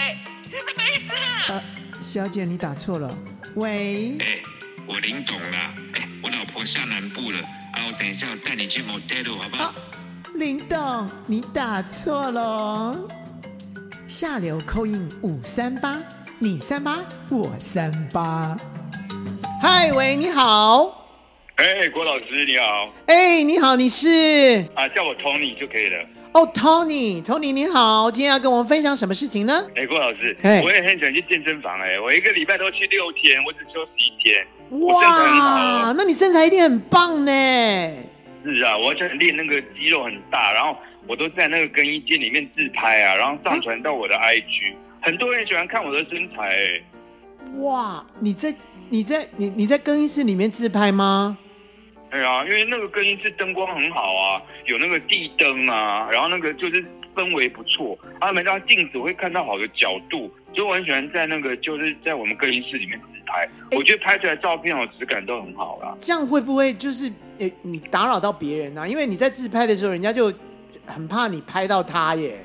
你什么意思啊？
呃，小姐你打错了，喂，
哎、我林董啦，哎、我老婆下南部了，啊，我等一下我带你去 motel 好不好？
林董你打错了哦，下流 c o i n 五三八，你三八我三八，嗨，喂，你好，
哎，郭老师你好，
哎，你好，你是
啊，叫我 Tony 就可以了。
哦，Tony，Tony 你好，今天要跟我们分享什么事情呢？
哎，郭老师
哎，
我也很想去健身房哎，我一个礼拜都去六天，我只休息一天。我身材很好
哇，那你身材一定很棒呢！
是啊，我想练那个肌肉很大，然后我都在那个更衣间里面自拍啊，然后上传到我的 IG，、很多人喜欢看我的身材哎。
哇，你在你在你你在更衣室里面自拍吗？
对啊，因为那个更衣室灯光很好啊，有那个地灯啊，然后那个就是氛围不错。啊，每张镜子我会看到好的角度，所以我很喜欢在那个就是在我们更衣室里面自拍。我觉得拍出来照片哦，质感都很好啦。
这样会不会就是诶、你打扰到别人啊？因为你在自拍的时候，人家就很怕你拍到他耶。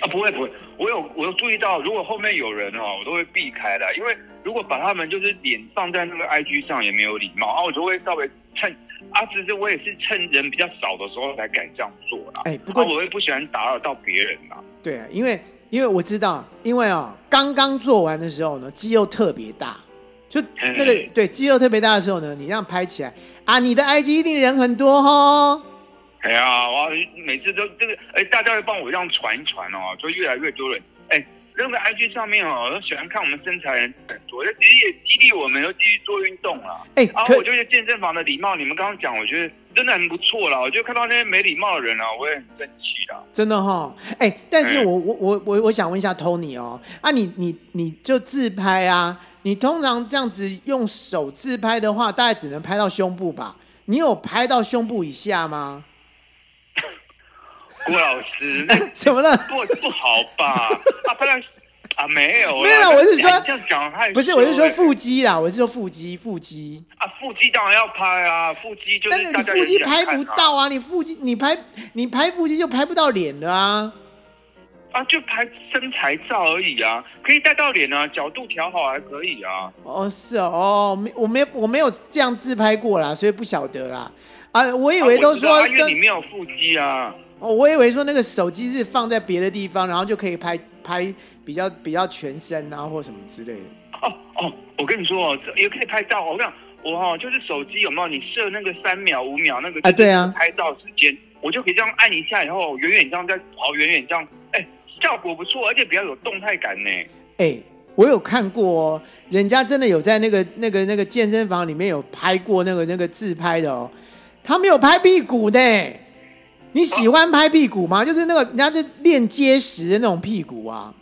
啊，不会不会，我有我有注意到，如果后面有人哦，我都会避开的，因为如果把他们就是脸放在那个 IG 上也没有礼貌啊，我就会稍微趁啊，其实我也是趁人比较少的时候才敢这样做啦。
哎、不
不过、
过、
啊、我也不喜欢打扰到别人啦。
对啊，因为因为我知道，因为啊、刚刚做完的时候呢，肌肉特别大，就那个、
嗯
对肌肉特别大的时候呢，你这样拍起来啊，你的 IG 一定人很多哦。
哎呀，哇！每次都这个，哎，大家会帮我这样传一传哦，就越来越多人。哎，那个 IG 上面哦，都喜欢看我们身材的人很多，那其实也激励我们要继续做运动啦。
哎、
然
可
哦后我觉得健身房的礼貌，你们刚刚讲，我觉得真的很不错啦。我就看到那些没礼貌的人啊，我也很生气啊啦。
真的哈、哎、但是
嗯
我我我我我想问一下 Tony 哦，啊你，你你就自拍啊，你通常这样子用手自拍的话，大概只能拍到胸部吧？你有拍到胸部以下吗？
郭老师，那
怎么了？
做得不好吧？啊，拍到啊没有啦，
没有啦我是说
哎这样讲害羞
不是，我是说
哎
腹肌啦，我是说腹肌，腹肌。
啊，腹肌当然要拍啊，腹肌就
但
是
是
大
你
家
腹肌
也想
拍
看
不
啊
到啊，你腹肌你拍你拍腹肌就拍不到脸了啊。
啊，就拍身材照而已啊，可以带到脸啊，角度调好还可以啊。
哦，是哦，哦，没我没有我没有这样自拍过啦，所以不晓得啦。啊，我以为
啊
都
我知道
说
啊因为
跟
你没有腹肌啊。
哦，我以为说那个手机是放在别的地方，然后就可以拍拍比较比较全身啊，或什么之类的。
哦哦，我跟你说哦，这也可以拍照哦。我跟你讲，我哈、哦、就是手机有没有你设那个三秒五秒那个
啊对啊
拍照时间，我就可以这样按一下，以后远远这样再跑，远远这样，哎，效果不错，而且比较有动态感呢。
哎，我有看过哦，人家真的有在那个那个那个健身房里面有拍过那个那个自拍的哦，他没有拍屁股呢。你喜欢拍屁股吗？就是那个人家就练结实的那种屁股啊。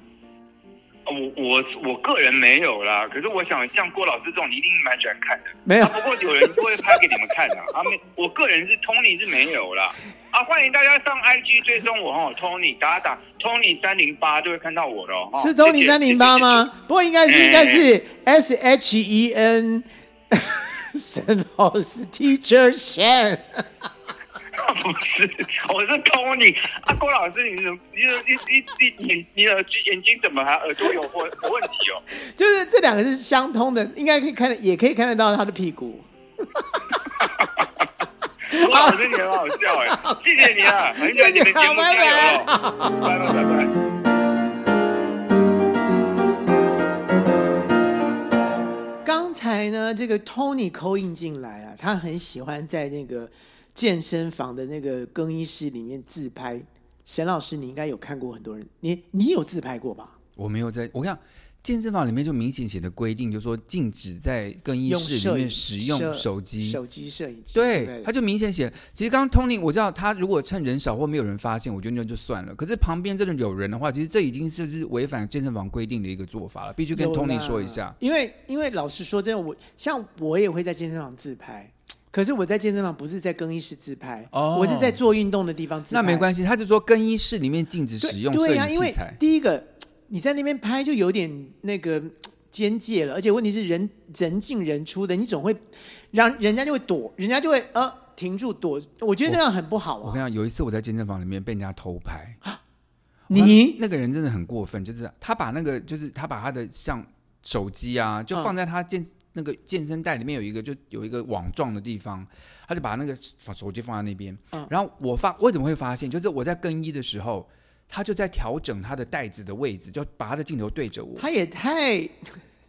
啊我我我个人没有啦，可是我想像郭老师这种，你一定蛮喜欢看的。
没有
不过有人会拍给你们看的、啊，没，我个人是 Tony 是没有啦。啊，欢迎大家上 IG 追踪我哦，Tony 打打 Tony 三零八就会看到我的哦。
是 Tony
谢谢
三零八？
谢谢
吗？不过应该是
哎
应该是 S H E N 沈老师 Teacher Shen。
不是，我是 Tony。啊，郭老师，你怎么，你你你你眼你耳眼睛怎么还耳朵有问有问题 哦？
就是这两个是相通的，应该可以看得，也可以看得到他的屁股。
哇，我觉得你很好笑哎，谢谢你啊，很喜欢你
谢谢
们节目，加油
啊
哦，拜拜拜拜。
刚才呢，这个 Tony 扣印进来啊，他很喜欢在那个健身房的那个更衣室里面自拍。沈老师，你应该有看过很多人，你你有自拍过吧？
我没有在，我跟你讲，健身房里面就明显写的规定，就说禁止在更衣
用
室里
摄影
面使用
摄
手机。
手机摄影机，
对，他
他
就明显写。其实刚刚 Tony，我知道他如果趁人少或没有人发现，我觉得那就算了。可是旁边真的有人的话，其实这已经是是违反健身房规定的一个做法了，必须跟 Tony 说一下。
因为因为老实说真的，我像我也会在健身房自拍，可是我在健身房不是在更衣室自拍，
哦
我是在做运动的地方自拍。
那没关系，他就说更衣室里面禁止
对
使用摄
哎对
影
呀、因
器
为
材。
第一个你在那边拍就有点那个边界了，而且问题是人人进人出的，你总会让人家就会躲，人家就会呃停住躲，我觉得那样很不好
我
啊
跟。你讲，有一次我在健身房里面被人家偷拍，
你
哎那个人真的很过分，就是他把那个就是他把他的像手机啊，就放在他健、那个健身袋里面有一个就有一个网状的地方，他就把那个手机放在那边。
嗯
然后我发为什么会发现，就是我在更衣的时候，他就在调整他的袋子的位置，就把他的镜头对着我，
他也太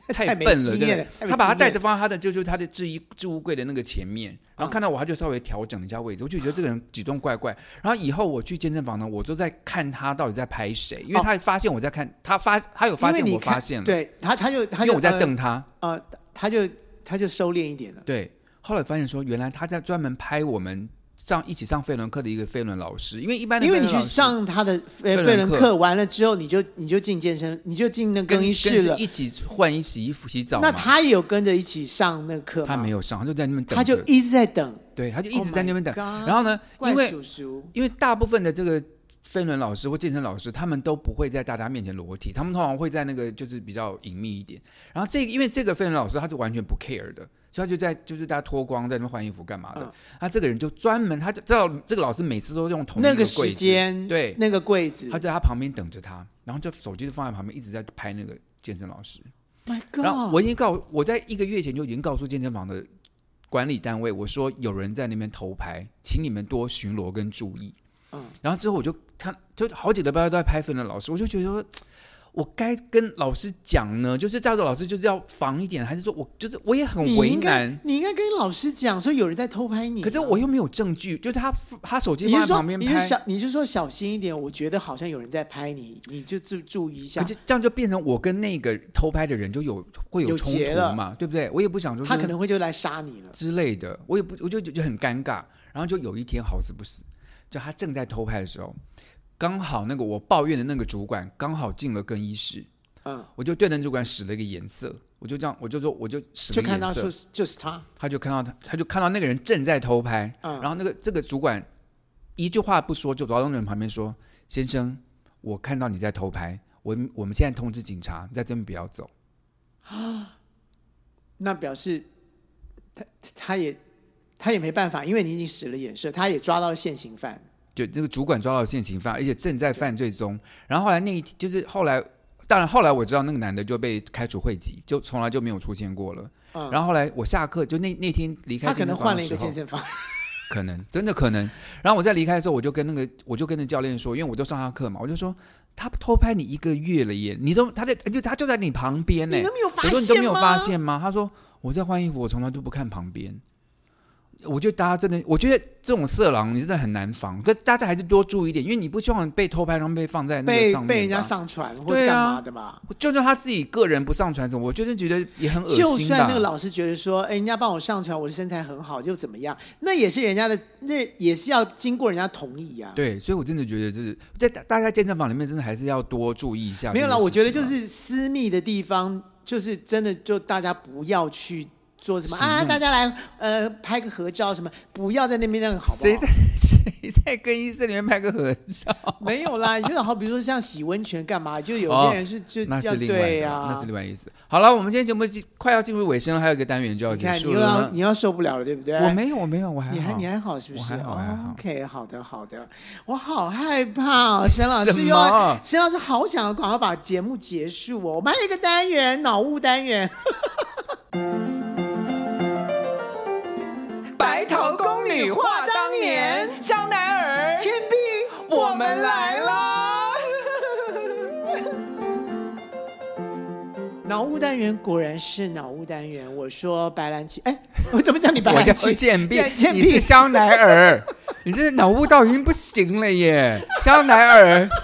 太没
笨了，
经
对
验
不对
了太没
他把他
经验
袋子放在他的就就是他的置衣置物柜的那个前面，然后看到我，他就稍微调整了一下位置，我就觉得这个人举动怪怪。然后以后我去健身房呢，我都在看他到底在拍谁，因为
哦
他发现我在看他发，他有发
因为
现
你
我发
看
现了，，
对他他就他
因
就
为我在
呃
瞪他，
呃，他就他就收敛一点了。
对。后来发现说，原来他在专门拍我们上一起上飞轮课的一个飞轮老师，因为一般的
因为
飞
你
轮
去
老师
上他的呃
飞轮
费伦
课
课完了之后，你就你就进健身，你就进那
跟
更衣
跟
室
是
了。
一起换衣洗衣服洗澡嘛，
那他也有跟着一起上那个课吗？
他没有上，他就在那边等着，
他就一直在等。
对，他就一直
Oh
在那边
my
等。
God，
然后呢，
怪
因为
叔叔，
因为大部分的这个飞轮老师或健身老师，他们都不会在大家面前裸体，他们通常会在那个就是比较隐秘一点。然后这个因为这个飞轮老师他是完全不 care 的，所以他就在就是大家脱光在那边换衣服干嘛的。
嗯
他这个人就专门他就知道这个老师每次都用同一
那
个
个时
柜子
间，
对，
那个柜子
他就在他旁边等着他，然后就手机就放在旁边一直在拍那个健身老师。
，My
然后我
God，
已经告我在一个月前就已经告诉健身房的管理单位，我说有人在那边偷拍，请你们多巡逻跟注意。
嗯，
然后之后我就看，就好几个班都在拍分的老师，我就觉得说。我该跟老师讲呢，就是叫做老师就是要防一点，还是说我就是我也很
你
为
应该
难，，
你应该跟老师讲说有人在偷拍你啊。
可是我又没有证据，就是他他手机
你
放
就
在
说
旁边
你
拍，
就小你就说小心一点，我觉得好像有人在拍你，你就注注意一下
可。是这样就变成我跟那个偷拍的人就有会
有
冲
结了
突嘛，对不对？我也不想就是
他可能会就来杀你了。
之类的，我也不，我就就很尴尬。然后就有一天好死不死，就他正在偷拍的时候，刚好那个我抱怨的那个主管刚好进了更衣室，
嗯，
我就对那主管使了一个眼色，我就这样，我就说我就使
就
了一个
看
眼
到
色
说，就是他，
他就看到他，他就看到那个人正在偷拍，
嗯
然后那个这个主管一句话不说，就走到那人旁边说：“先生，我看到你在偷拍，我我们现在通知警察，你在这边不要走。”
那表示他他也他也没办法，因为你已经使了眼色，他也抓到了现行犯。
就那个主管抓到现行犯，而且正在犯罪中。然后后来那一天，就是后来，当然后来我知道那个男的就被开除会籍，就从来就没有出现过了。
嗯
然后后来我下课就那那天离开
他可
健身
能
房
换
的
了一个
时候
健，身房，
可能真的可能。然后我在离开的时候，我就跟那个我就跟那教练说，因为我都上他课嘛，我就说他偷拍你一个月了耶，你都他在就他就在你旁边呢，
你都没有发
我说你都没有
现
发
吗
现吗？他说我在换衣服，我从来都不看旁边。我觉得大家真的，我觉得这种色狼你真的很难防，可大家还是多注意一点，因为你不希望被偷拍，然后被放在那个
被
上面
被人家
吧。
上传或者
对
干
啊
嘛的嘛。
就算他自己个人不上传什么，我就是觉得也很恶心吧。
就算那个老师觉得说，哎，人家帮我上传，我的身材很好，又怎么样？那也是人家的，那也是要经过人家同意啊呀、
对，所以我真的觉得就是在大大家健身房里面，真的还是要多注意一下。
没有啦，我觉得就。是私密的地方，就是真的就大家不要去做什么
使
啊，
用
大家来呃拍个合照什么，不要在那边那个好不
谁在
好？
谁在更衣室里面拍个合照？
没有啦，就是好比如说像洗温泉干嘛，就有些人是就
哦 那
要
是另外
对啊
的
呀、
那是另外意思。好了，我们今天节目进快要进入尾声了，还有一个单元就要
你
结
看你
束
又要
了。
你要受不了了，对不对？
我没有，我没有，我还
你还
好
你还好是不是？哦
我还好我还好
OK，好的好的，我好害怕哦，沈老师
什
又要
么
沈老师好想赶快把节目结束哦。我们还有一个单元 脑雾单元，
白头宫女。女话当年，香奈儿，
铅笔，
我们来 啦！
脑雾单元果然是脑雾单元。我说白兰奇，哎，我怎么叫你白
我
兰
叫
奇？
贱婢
对，贱
你
婢
是，香奈 儿，你这脑雾到已经不行了耶，香奈儿。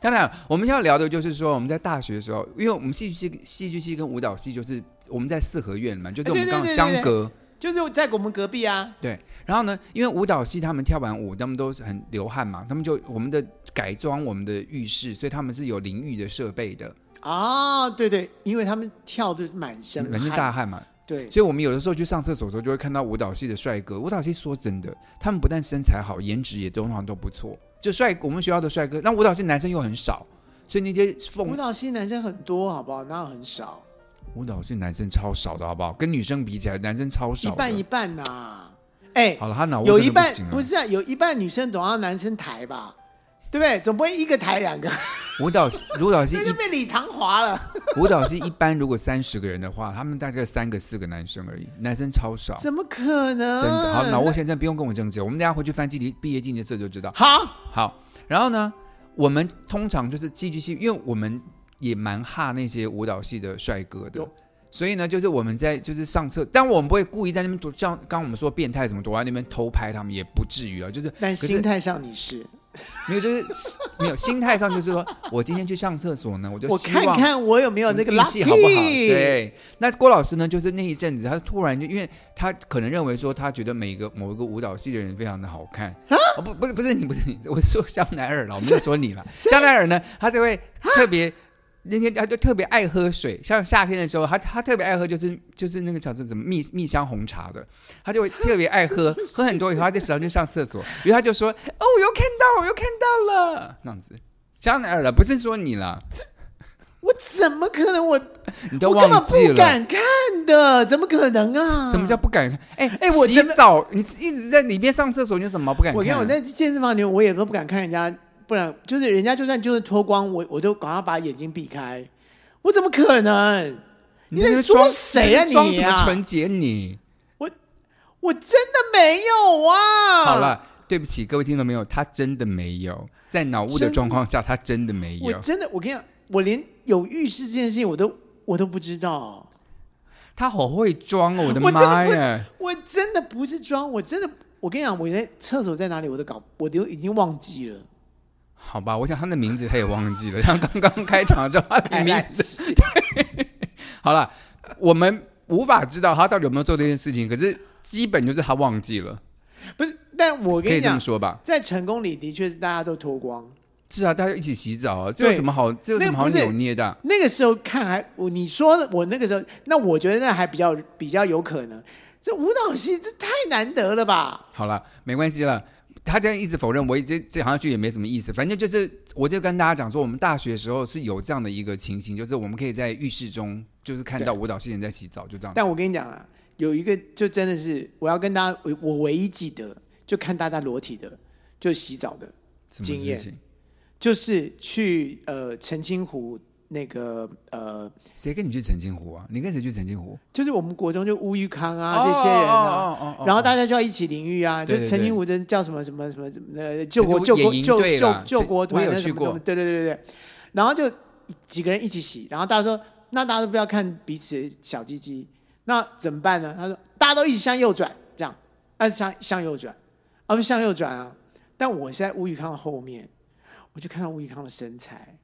当然，我们要聊的就是说，我们在大学的时候，因为我们戏剧系、戏剧系跟舞蹈系就是我们在四合院嘛，就是我们
对对
刚好
对对
相
对
隔。
就是在我们隔壁啊。
对，然后呢，因为舞蹈系他们跳完舞，他们都是很流汗嘛，他们就我们的改装我们的浴室，所以他们是有淋浴的设备的，
啊，对对，因为他们跳的满身
人是
汗
大汗嘛，
对，
所以我们有的时候去上厕所的时候，就会看到舞蹈系的帅哥。舞蹈系说真的，他们不但身材好，颜值也通常都不错，就帅我们学校的帅哥。那舞蹈系男生又很少，所以那些
舞
凤
蹈系男生很多，好不好？那很少，
舞蹈系男生超少的好不好？跟女生比起来，男生超
一
少的。
半一半呐、哎、
好了，他脑雾
有
真
一
的
半
不行了
不是啊，有一半女生总要男生抬吧，对不对？总不会一个抬两个，
舞蹈系舞蹈系
那就
一
被李唐华了。
舞蹈系一般如果三十个人的话，他们大概三个四个男生而已，男生超少。
怎么可能？
真的好，脑雾先生不用跟我争执，我们大家回去翻记离毕业纪念册就知道。
好，
好，然后呢，我们通常就是戏剧系，因为我们也蛮哈那些舞蹈系的帅哥的
有，
所以呢，就是我们在就是上厕，但我们不会故意在那边躲，像刚刚我们说变态什么躲在那边偷拍他们也不至于啊，就是
但
可是
心态上你是，
没有，就是没有心态上就是说我今天去上厕所呢，我 就
我
希
看
望
看我有没有那个
运气
lucky，
好不好？，对，那郭老师呢？就是那一阵子，他突然就，因为他可能认为说，他觉得每个某一个舞蹈系的人非常的好看
啊
哦，不，不是，不是你，不是你，我是说香奈儿 了，我没有说你了。香奈儿呢，他就会特别。那天他就特别爱喝水，像夏天的时候，他他特别爱喝，就是就是那个叫做什么蜜蜜香红茶的，他就会特别 爱喝，喝很多以后，他就时常去上厕所，然后他就说：“哦，我又看到，我又看到了。”那样子，香奈儿了，不是说你了，
我怎么可能？我
你都
我根本
忘记
不
了。
敢看的，怎么可能啊？
什么叫不敢看？哎、
哎我
洗
真的
澡，你一直在里面上厕所，你有什么不敢看？
我跟你讲，我在健身房里面，我也都不敢看人家，不然就是人家就算就是脱光，我我都赶快把眼睛避开。我怎么可能？你
那
在
边
说
装
谁呀、
你在装
你啊
什么
呀、
纯洁你？
我真的没有啊！
好，了，对不起，各位听到没有？他真的没有，在脑雾
真
的
的
状况下，他真的没
我
有。
真的，我跟你讲，我连有浴室这件事情我都我都不知道。
他好会装哦，我的
我真
妈
的
呀！
不，我真的不是装，我真的，我跟你讲，我连厕所在哪里我都搞，我都已经忘记了。
好吧，我想他的名字他也忘记了，像刚刚开场的时候，他的
白
名
兰
字
奇
好了，我们无法知道他到底有没有做这件事情，可是基本就是他忘记了，
不是，但我
可
跟
以
你
这么
讲，
说吧？
在成功里的确是大家都脱光。
是啊，大家一起洗澡啊，这有
对
什么好，这有
那
什么好
不是
扭捏的啊？
那个时候看还我你说的我那个时候，那我觉得那还比较比较有可能。这舞蹈系这太难得了吧？
好了，没关系了。他这样一直否认，我也这这好像去也没什么意思。反正就是，我就跟大家讲说，我们大学时候是有这样的一个情形，就是我们可以在浴室中，就是看到舞蹈系人在洗澡，就这样。
但我跟你讲啊，有一个就真的是我要跟大家，我我唯一记得就看大家裸体的，就洗澡的，
什么
经验
事情？
就是去呃澄清湖那个呃，
谁跟你去澄清湖啊？你跟谁去澄清湖？
就是我们国中就乌玉康啊、
哦
这些人啊。
哦哦哦哦
然后大家就要一起淋浴啊，
对
就
对对
澄清湖的叫什么什么什么什么呃救国
就
救国
野营
救
队
救
啦
救国团
我
的
有
什
去
么什么，
过
对对对对对，然后就几个人一起洗，然后大家说那大家都不要看彼此的小鸡鸡，那怎么办呢？他说大家都一起向右转，这样，啊向向右转，啊不向右转啊，但我现在吴宇康的后面，我就看到吴宇康的身材，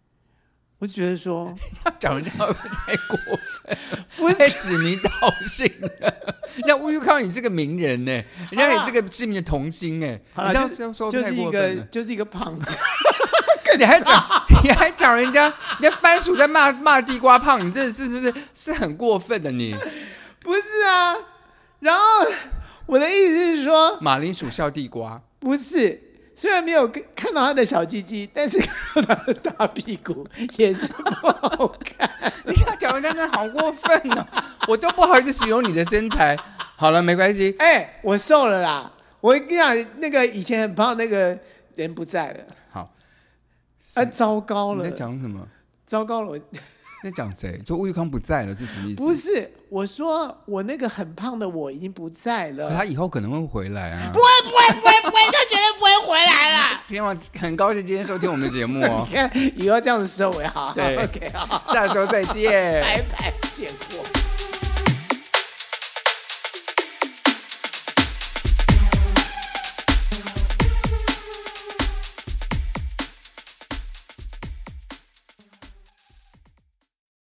我就觉得说
讲人家会不会太过分？
不 是
太指名道姓了。人家吴玉康，你是个名人呢、人家也是个知名的童星哎、
好了，
你这样
就
这样说
就
太
是一
过
个
分了。
就是一个胖子。
你还讲，你还讲人家，人家番薯在骂骂地瓜胖，你这是不是是很过分的你？
不是啊，然后我的意思是说，
马铃薯笑地瓜，
不是，虽然没有跟看到他的小鸡鸡，但是看到他的大屁股也是不好看。
你这样讲人家真的好过分哦，我都不好意思形容你的身材。好了，没关系，
哎、我瘦了啦！我跟你讲，那个以前很胖那个人不在了，
好，
啊，糟糕
你在
了，
讲什么？
糟糕了！我
在讲谁？说吴玉康不在了是什么意思？
不，是，我说我那个很胖的我已经不在了。
他以后可能会回来啊。
不会不会不会不会，他绝对不会回来啦。
今天晚很高兴今天收听我们的节目哦
，看以后这样子收尾好，
对
OK 好，
下周再见。
拜拜，见过。